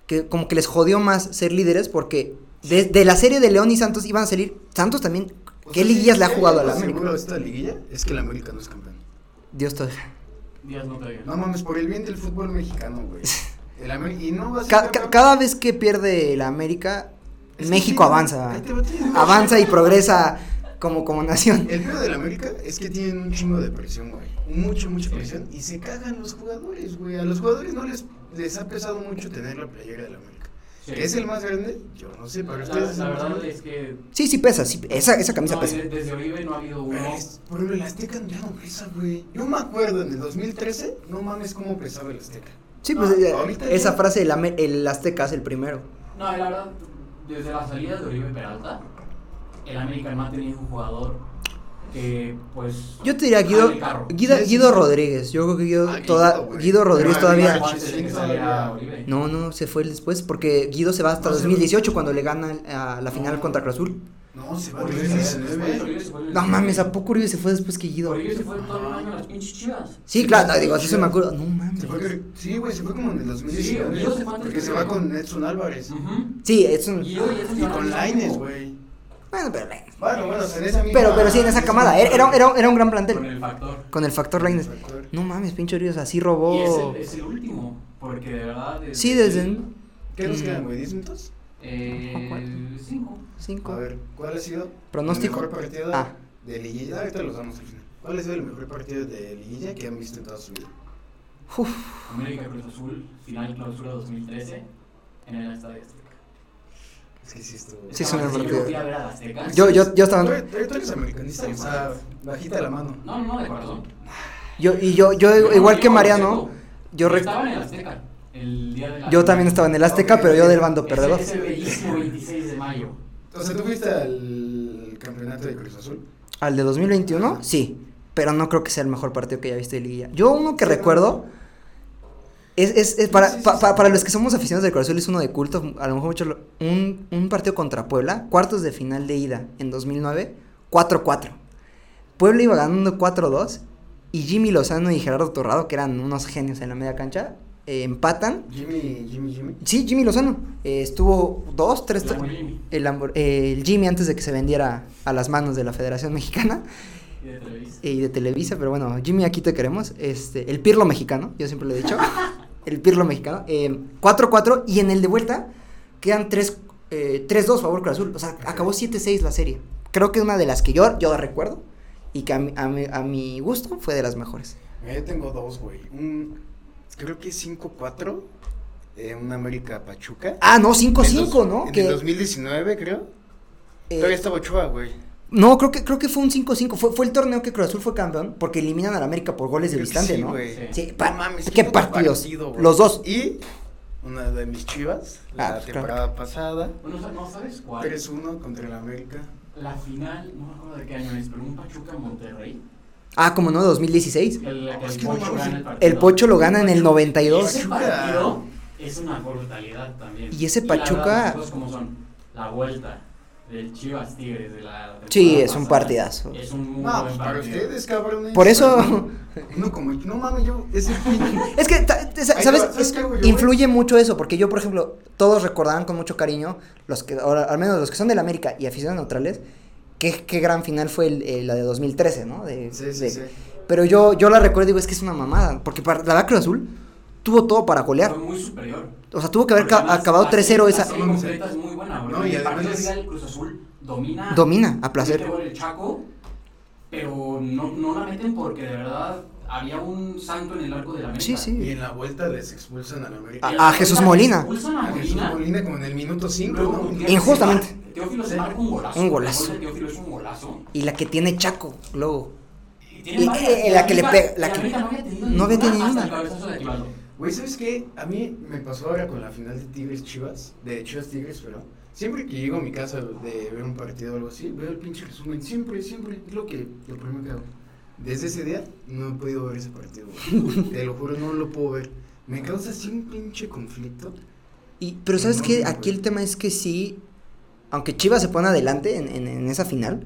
S3: que como que les jodió más ser líderes porque de, de la serie de León y Santos iban a salir. Santos también.
S5: Pues
S3: ¿Qué liguillas le ha jugado a la América?
S5: Seguro de esta liguilla es que el América no es campeón.
S3: Dios te oiga.
S4: Díaz no te oiga.
S5: No mames, por el bien del fútbol mexicano, güey. El América y no va a ser
S3: Ca- ca-
S5: campeón.
S3: cada vez que pierde la América,
S5: Es que
S3: México
S5: sí,
S3: avanza.
S5: ahí te va, tienes-
S3: Avanza y progresa como, como nación.
S5: El peor de la América es que tienen un chingo de presión, güey. Mucha, mucha presión. Y se cagan los jugadores, güey. A los jugadores no les, les ha pesado mucho tener la playera de la América.
S4: Sí.
S5: ¿Es el más grande? Yo no sé, pero
S4: La,
S5: ustedes es
S4: la
S5: el más
S4: verdad
S5: grande.
S4: es que
S3: Sí, sí pesa, sí, esa, esa camisa
S4: no,
S3: pesa.
S4: de- desde Oribe no ha habido uno.
S5: Pero es- Por ejemplo, el Azteca ya no pesa, güey. Yo me acuerdo en el 2013, no mames cómo pesaba el Azteca.
S3: Sí, pues
S4: No,
S3: eh,
S5: Ah, ahorita
S3: esa
S5: ya-
S3: frase, el, ame- el azteca es el primero.
S4: No, la verdad, desde la salida de Oribe Peralta, el América no ha tenido un jugador que, pues.
S3: Yo te diría Guido,
S4: jale el carro.
S3: Guido,
S5: Sí, sí,
S3: Guido
S5: sí.
S3: Rodríguez. Yo creo que Guido,
S5: Ah, Guido,
S3: toda-
S5: güey.
S3: Guido Rodríguez
S5: Pero
S3: todavía...
S5: Guido-
S4: Antes de que saliera Oribe.
S3: No, no, se fue después porque Guido se va hasta
S5: No, se
S3: 2018 cuando le gana a la final
S4: No.
S3: contra Cruz Azul.
S5: No, se va a
S4: Oribe se fue,
S5: 19.
S4: Oribe se fue en el
S3: No mames,
S4: 19.
S3: ¿a poco Uribe se fue después que Guido?
S4: Oribe se fue todo el año a las pinches chivas.
S3: Sí, claro, no, digo, así se me acuerdo. No mames.
S5: Se fue, creo- sí, güey, se fue como en el
S4: Sí, yo
S5: 2019.
S4: se fue antes
S5: porque
S4: que-
S5: se va con Edson Álvarez.
S4: Ujú.
S3: Sí, es un...
S4: Guido y
S5: Y con Laines, güey.
S3: Bueno, pero...
S5: Bueno, bueno, o sea, en esa misma.
S3: Pero, pero sí, en esa camada. Era, era, era- era un gran
S4: Con
S3: plantel.
S4: el factor.
S3: Con el factor Reines.
S5: Factor.
S3: No mames, pinche Uribe, o sea, así
S4: Y es
S3: robó...
S4: el, es el último, porque de verdad. desde
S3: Sí, desde...
S4: el-
S5: ¿Qué nos
S3: Mm.
S5: quedan, güey? ¿Disminutos?
S4: Eh, cinco.
S5: A
S3: Cinco.
S5: ver, ¿cuál ha sido
S3: Pronóstico.
S5: el mejor partido
S3: Ah.
S5: de Liguilla? Ahorita los damos al final. ¿Cuál ha sido el mejor partido de Liguilla que han visto en toda su vida?
S3: Uf.
S4: América Cruz Azul, final clausura 2013, en el Estadio Azteca.
S5: Es que sí estuvo.
S3: Sí, es un
S4: Estaba-
S3: gran partido.
S4: Yo fui a ver al Azteca.
S3: Yo, yo, yo estaba...
S5: Tú tú eres americanista, o sea, bajita la mano.
S4: No, no, no, de corazón.
S3: Yo, y yo, yo
S4: Yo
S3: igual
S4: no,
S3: que
S4: yo
S3: Mariano,
S4: respeto.
S3: yo, rec-
S4: estaba en el Azteca el día de la.
S3: yo también estaba en el Azteca,
S5: Ok,
S3: pero yo
S5: ok.
S3: del bando
S4: Ese-
S3: perdedor.
S4: Ese bellísimo 26 de mayo.
S5: O sea, ¿tú fuiste al campeonato de Cruz Azul?
S3: ¿Al de 2021? Sí, pero no creo que sea el mejor partido que haya visto de Liguilla. Yo uno que recuerdo, es, es, es para,
S5: Sí, sí,
S3: pa-
S5: sí.
S3: pa- para los que somos aficionados del Cruz Azul es uno de culto, a lo mejor mucho, lo- un, un partido contra Puebla, cuartos de final de ida en 2009, 4-4. Puebla iba ganando 4-2 y Jimmy Lozano y Gerardo Torrado, que eran unos genios en la media cancha, eh, empatan.
S5: Jimmy, Jimmy, Jimmy.
S3: Sí, Jimmy Lozano. eh, estuvo dos, tres... to-
S4: Lamborghini
S3: el, Lambor- eh, el Jimmy antes de que se vendiera a las manos de la Federación Mexicana
S4: y de Televisa.
S3: eh, y de Televisa, pero bueno, Jimmy, aquí te queremos. Este, el Pirlo mexicano, yo siempre lo he dicho. el Pirlo mexicano. eh, 4-4 y en el de vuelta quedan 3, eh, 3-2 favor Cruz Azul. O sea, acabó 7-6 la serie. Creo que una de las que yo, yo recuerdo y que a mi, a mi- a mi gusto fue de las mejores.
S5: Mira, Yo tengo dos, güey. Un, creo que 5-4, eh, un América Pachuca.
S3: Ah, no,
S5: En dos-
S3: 5-5, ¿no?
S5: En
S3: Que,
S5: el 2019, creo.
S3: eh,
S5: Todavía estaba Ochoa, güey.
S3: no, creo que, creo que fue un 5-5. Fue, fue el torneo que Cruz Azul fue campeón porque eliminan al América por goles de
S5: Creo que
S3: distante,
S5: sí,
S3: ¿no?
S5: güey.
S4: Sí.
S3: Sí,
S5: No
S3: pa-
S5: mames,
S3: qué
S5: puto
S3: partidos.
S5: partido, güey.
S3: los dos.
S5: Y una de mis chivas,
S3: Ah,
S5: la
S3: pues, claro.
S5: temporada pasada.
S4: Bueno, sa- no sabes cuál.
S5: 3-1 contra el América.
S4: La final, no me acuerdo de qué año es, pero un Pachuca Monterrey.
S3: Ah, como no, 2016.
S4: El,
S5: Es
S4: el
S5: que no
S4: Pocho
S5: mames,
S4: gana el
S5: el-
S4: partido.
S3: El Pocho lo gana en el
S4: Ese
S3: 92.
S4: partido es una brutalidad también.
S3: Y ese
S4: la
S3: Pachuca-
S4: verdad, las cosas como son, la vuelta del Chivas Tigres de la
S3: Sí,
S4: temporada
S3: es un
S4: pasada,
S3: partidazo.
S4: Es un muy
S5: No,
S4: buen
S5: pues para
S4: partido.
S5: ustedes, cabrones.
S3: Por eso.
S5: Pero No, no, como no mames, yo. Ese pinche.
S3: Es que, ta- te- sa-
S5: Ahí te
S3: ¿sabes?
S5: va, ¿sabes
S3: Es-
S5: qué, güey? Yo,
S3: influye mucho eso, porque yo, por ejemplo, todos recordarán con mucho cariño, los que, ahora, al menos los que son del América y aficionados neutrales, qué, qué gran final fue el- eh, la de 2013, ¿no? De-
S5: Sí, sí,
S3: de-
S5: sí.
S3: Pero yo, yo la recuerdo y digo, es que es una mamada, porque para, la verdad Cruz Azul tuvo todo para golear.
S4: Fue muy superior.
S3: O sea, tuvo que haber
S4: Porque
S3: ca-
S4: además,
S3: acabado
S4: la
S3: 3-0
S4: serie-
S3: esa...
S4: La serie completa es muy buena,
S5: No,
S4: boludo.
S5: y
S4: El partido
S5: además-
S4: final, Cruz Azul domina.
S3: Domina, a placer.
S4: mete gol el Chaco, pero no, no la meten porque de verdad había un santo en el arco de la América.
S3: Sí, sí.
S5: Y en la vuelta les expulsan al América.
S3: Ah, a Jesús Molina.
S4: Expulsan a
S5: A Jesús
S4: Molina.
S5: Molina como en el minuto 5,
S4: Luego
S5: ¿no?
S4: Gutiérrez
S3: Injustamente.
S4: se mar- Teófilo se marca un golazo.
S3: Un golazo.
S4: El gol de Teófilo es un golazo.
S3: Y la que tiene Chaco, luego.
S4: Y
S3: Y-
S4: tiene varias.
S3: eh, la que le
S4: América-
S3: pega- la
S4: y
S3: que-
S4: América no había tenido
S3: no había tenido
S4: hasta el
S3: ninguna.
S4: cabezazo de Aquivaldo.
S5: Güey, ¿sabes qué? A mí me pasó ahora con la final de Tigres Chivas, de Chivas Tigres, pero siempre que llego a mi casa de ver un partido o algo así, veo el pinche resumen, siempre, siempre, es lo que, lo primero que hago. Desde ese día no he podido ver ese partido, güey. te lo juro, no lo puedo ver. Me causa así un pinche conflicto.
S3: Y, pero sabes que
S5: No,
S3: aquí el
S5: güey.
S3: tema es que sí, aunque Chivas se pone adelante en, en- en esa final,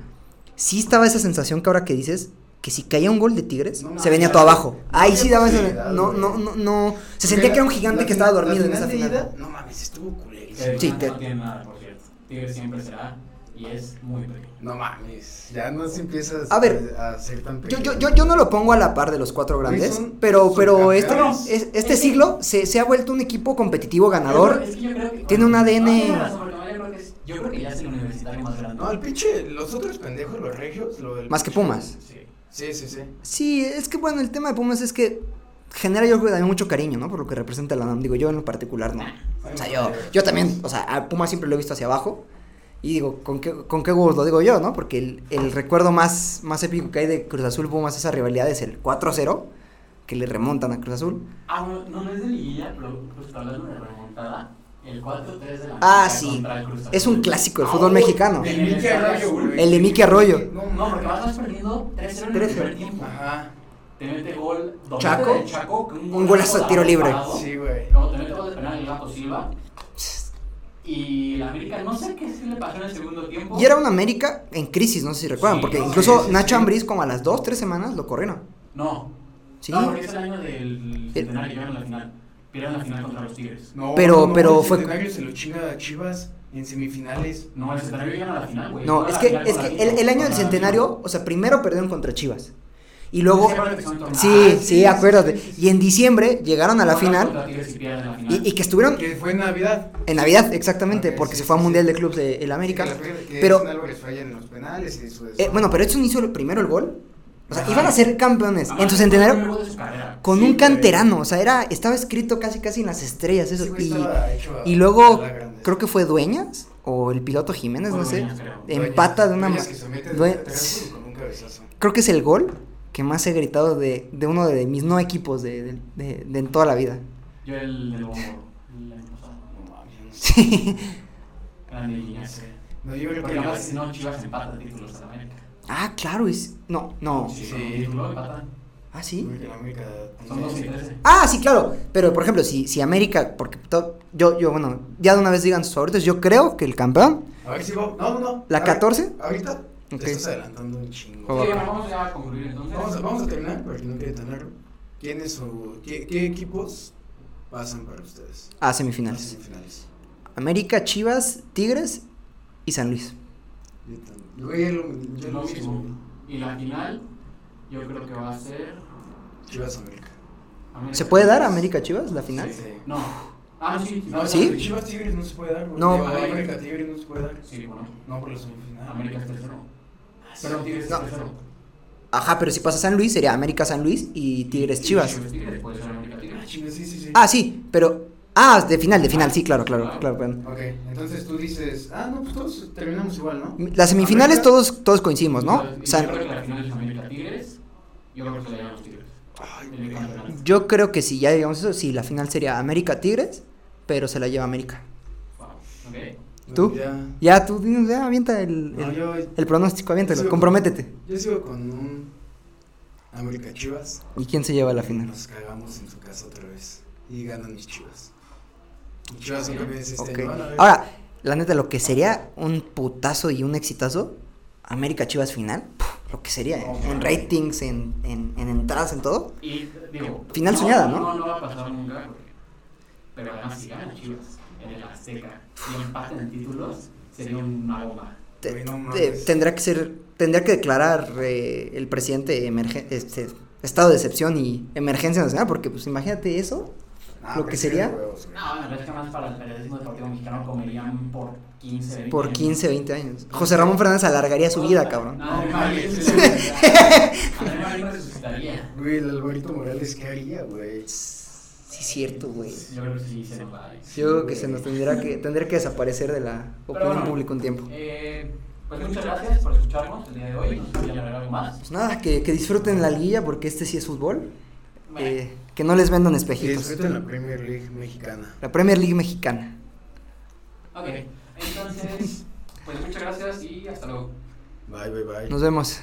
S3: sí estaba esa sensación que ahora que dices que si caía un gol de Tigres,
S5: No,
S3: se
S5: no,
S3: venía
S5: no,
S3: todo abajo.
S5: no
S3: Ahí
S5: había
S3: sí daba esa...
S5: posibilidad,
S3: No,
S5: güey.
S3: no, no, no. Se
S5: pues, Porque
S3: sentía que
S5: la-
S3: era un gigante
S5: la
S3: que estaba
S5: fin- la
S3: dormido en
S5: final
S3: esa
S5: de
S3: final.
S5: ida, no mames, estuvo
S4: Que
S5: culerísimo.
S3: Sí,
S4: no,
S3: te-
S4: no tiene nada, por cierto. Tigres siempre será y es muy pequeño.
S5: No mames, ya no se empiezas
S3: A ver,
S5: a, a ser tan
S3: Yo,
S5: pequeño.
S3: yo, yo, yo no lo pongo a la par de los cuatro
S5: Güey,
S3: grandes,
S5: son-
S3: pero,
S5: son
S3: pero este,
S5: campeones.
S3: es- este siglo se, se ha vuelto un equipo competitivo ganador.
S4: Es que yo creo que-
S3: Tiene un ADN.
S4: No, tiene razón, porque yo creo que es es, yo creo que ya es el universitario más grande.
S5: No, el pinche, los otros pendejos, los regios, lo del
S3: Más que
S5: pinche-
S3: Pumas.
S4: Sí.
S5: Sí, sí, sí.
S3: Sí, es que bueno, el tema de Pumas es que genera yo creo que también mucho cariño, ¿no? Por lo que representa la UNAM. Digo, yo en lo particular no. O sea, yo, yo también, o sea, a Pumas siempre lo he visto hacia abajo. Y digo, ¿con qué, con qué huevos lo digo yo, no? Porque el, el recuerdo más, más épico que hay de Cruz Azul Pumas, esa rivalidad es el 4-0, que le remontan a Cruz Azul.
S4: Ah, bueno, no, no es de liguilla, pero justo hablando de remontada, el 4-3 de la
S3: Ah,
S4: América
S3: sí.
S4: contra el Cruz Azul.
S3: Es un clásico del fútbol mexicano.
S5: El Mickey Arroyo, güey.
S3: El de Mickey Arroyo.
S5: No,
S4: No, porque
S5: mames.
S4: vas perdiendo 3-0 en el
S3: 3-0.
S4: primer tiempo.
S5: Ajá.
S4: Te mete gol doblete
S3: Chaco.
S4: de Chaco, que
S3: Un golazo de tiro libre.
S4: parado.
S5: Sí, güey.
S4: Luego te mete gol de penal el Gato Silva. Y el América, no sé qué sí le pasó en el segundo tiempo.
S3: Y era un América en crisis, no sé si recuerdan,
S4: Sí,
S3: porque
S4: no,
S3: incluso
S5: sí, sí,
S3: Nacho
S5: sí.
S3: Ambriz como a las 2, 3 semanas lo corrieron.
S4: No.
S3: Sí.
S4: No, porque es el año del
S3: El-
S4: centenario, llegaron a la final. Pierden la final contra los Tigres.
S5: No,
S3: Pero- pero
S5: el
S3: fue-
S5: Centenario se lo chinga a Chivas en semifinales.
S4: No, el centenario llegan a la final, güey.
S3: No,
S4: Llegan a
S3: es
S4: la
S3: que,
S4: final
S3: es
S4: con
S3: que
S4: la
S3: el, el año del
S4: América.
S3: centenario, o sea, primero perdieron contra Chivas. Y luego.
S4: Sí, acuérdate que son torneos.
S3: Sí,
S5: Ah,
S3: sí,
S5: sí,
S3: acuérdate.
S5: sí, sí, sí.
S3: Y en diciembre llegaron a la final.
S4: Contra Tigres y pierden la final.
S3: Y, y que estuvieron
S5: Que fue en Navidad.
S3: en Navidad, exactamente,
S5: Ok,
S3: porque
S5: sí,
S3: se fue a
S5: sí,
S3: Mundial
S5: sí.
S3: de Clubs de el América.
S5: Que la fe- que
S3: Pero-
S5: Edson Álvarez falla en los penales y su
S3: Eh,
S5: desorden.
S3: bueno, pero Edson hizo el- primero el gol. O sea,
S5: Ajá.
S3: iban a ser campeones.
S4: Además,
S3: En su
S4: fue el primer
S3: centenario.
S4: gol de su carrera.
S3: Con
S5: Sí,
S3: un
S5: güey.
S3: canterano. O sea, era, estaba escrito casi casi en las estrellas eso.
S5: Ese güey
S3: Y,
S5: estaba hecho a-
S3: y
S5: a
S3: luego,
S5: la grande.
S3: creo que fue Dueñas. O el piloto Jiménez,
S4: Fue
S3: no sé.
S4: Dueñas, creo.
S5: Dueñas-
S3: Empata de una.
S5: Dueñas
S3: ma-
S5: que se mete
S3: Due-
S5: desde atrás, güey, con un cabezazo.
S3: creo que es el gol que más he gritado de, de uno de mis no equipos de, de, de- de en toda la vida.
S4: Yo el del bombo. El año pasado.
S5: No mames, no sé.
S3: Sí.
S4: Grande Guiñase.
S5: No, yo creo que
S4: Porque
S5: no.
S4: además si no Chivas empata títulos a la América.
S3: Ah, claro, es. No, no.
S4: Sí,
S5: Sí.
S4: con un título empatan.
S3: Ah, sí.
S5: Porque la América
S4: Son 12 y
S5: tiene-
S4: 13.
S3: Ah, sí, claro. Pero, por ejemplo, si, si América, porque to- yo, yo, bueno, ya de una vez digan sus favoritos, yo creo que el campeón,
S5: A ver si vamos. No, no, no.
S3: ¿La
S5: A ver,
S3: 14?
S5: Ahorita
S3: Ok.
S5: te estás adelantando un chingo.
S3: Ok.
S4: Sí, bueno, vamos ya a concluir entonces.
S5: Vamos, a, vamos a terminar porque no quiero tan largo. ¿Quién es su- qué, qué equipos pasan para ustedes?
S3: a
S5: Las
S3: semifinales.
S5: semifinales.
S3: América, Chivas, Tigres y San Luis.
S5: Yo también. Güey, es lo- yo
S4: Yo
S5: lo
S4: lo
S5: mismo.
S4: mismo. Y la final, yo creo que va a ser.
S5: Chivas América.
S4: América
S3: ¿Se puede dar a
S4: Tigres.
S3: América, Chivas, la final?
S5: Sí.
S4: No. Ah, no, sí.
S5: No,
S3: ¿Sí?
S5: no, Chivas Tigres no se puede dar. güey.
S3: No.
S5: Digo, América Tigres no se puede dar.
S4: Sí, bueno.
S5: No, por la semifinal. Ah,
S4: América es tercero. Pero Tigres es
S3: No.
S4: tercero.
S3: Ajá, pero si pasa San Luis, sería América, San Luis y Tigres, Chivas.
S4: Tigres puede ser América
S5: Ah,
S4: Tigres.
S5: chinga, sí, sí, sí.
S3: Ah, sí, pero. Ah, de final, de final, sí, claro, claro, claro. perdón.
S5: Ok, entonces tú dices, ah, no, pues todos terminamos igual, ¿no?
S3: Las semifinales
S5: América.
S3: todos, todos coincidimos, ¿no?
S4: Y
S3: San-
S4: Yo creo que la final es América Tigres. Yo creo que le ganan los Tigres.
S5: Ay,
S4: En el campeonato.
S3: yo creo que si ya digamos eso, sí, la final sería América Tigres, pero se la lleva América.
S4: Wow. Ok.
S3: ¿Tú?
S5: Ya.
S3: Ya, tú dinos, ya, avienta el,
S5: No,
S3: el-
S5: yo,
S3: el pronóstico, aviéntalo,
S5: Sí.
S3: comprométete.
S5: yo sigo con un América Chivas.
S3: ¿Y quién se lleva la final?
S5: Nos cagamos en su casa otra vez. Y ganan mis Chivas. Mis Chivas son campeones este
S3: Ok.
S5: año. Van a ver.
S3: Ahora, la neta, lo que sería un putazo y un exitazo, América Chivas final, puf, lo que sería,
S5: No,
S3: en- en
S5: mames.
S3: ratings, en, en, en entradas, en todo.
S4: Y digo,
S3: Final soñada, ¿no?
S4: No, no va a pasar nunca. porque- Pero además, si gana Chivas en el Azteca y empatan en títulos, sería una bomba.
S3: Te-
S5: Güey, no
S3: te-
S5: mames.
S3: tendrá que ser, tendría que declarar eh, el presidente emergen- este, estado de excepción y emergencia nacional, porque pues imagínate eso.
S5: Nah,
S3: lo
S5: pero
S3: que
S5: sí,
S3: sería-
S5: huevos, güey.
S4: No, bueno, es que más para el periodismo deportivo mexicano comerían por 15, 20
S3: Por
S4: años. Ah.
S3: 15, 20 años. José Ramón Fernández alargaría su vida, cabrón.
S4: No,
S5: No,
S4: Marín
S5: mames.
S4: se- André Marín resucitaría.
S5: Güey, el Alvarito Morales, ¿qué haría, güey?
S3: Sí, es cierto, güey.
S4: Yo creo que sí se nos va.
S3: Yo creo que se nos tendría que, tendría que desaparecer de la
S4: Pero
S3: opinión
S4: bueno,
S3: pública un tiempo.
S4: Eh, pues muchas gracias por escucharnos el día de hoy. No sé si quieres agregar algo más.
S3: Pues nada, que, que disfruten la liguilla, porque este sí es fútbol.
S4: Bueno.
S3: Eh, que no les vendan
S5: Que
S3: espejitos.
S5: Disfruten la Premier League mexicana.
S3: La Premier League mexicana.
S4: Ok, entonces, pues muchas gracias y hasta luego.
S5: Bye, bye, bye.
S3: Nos vemos.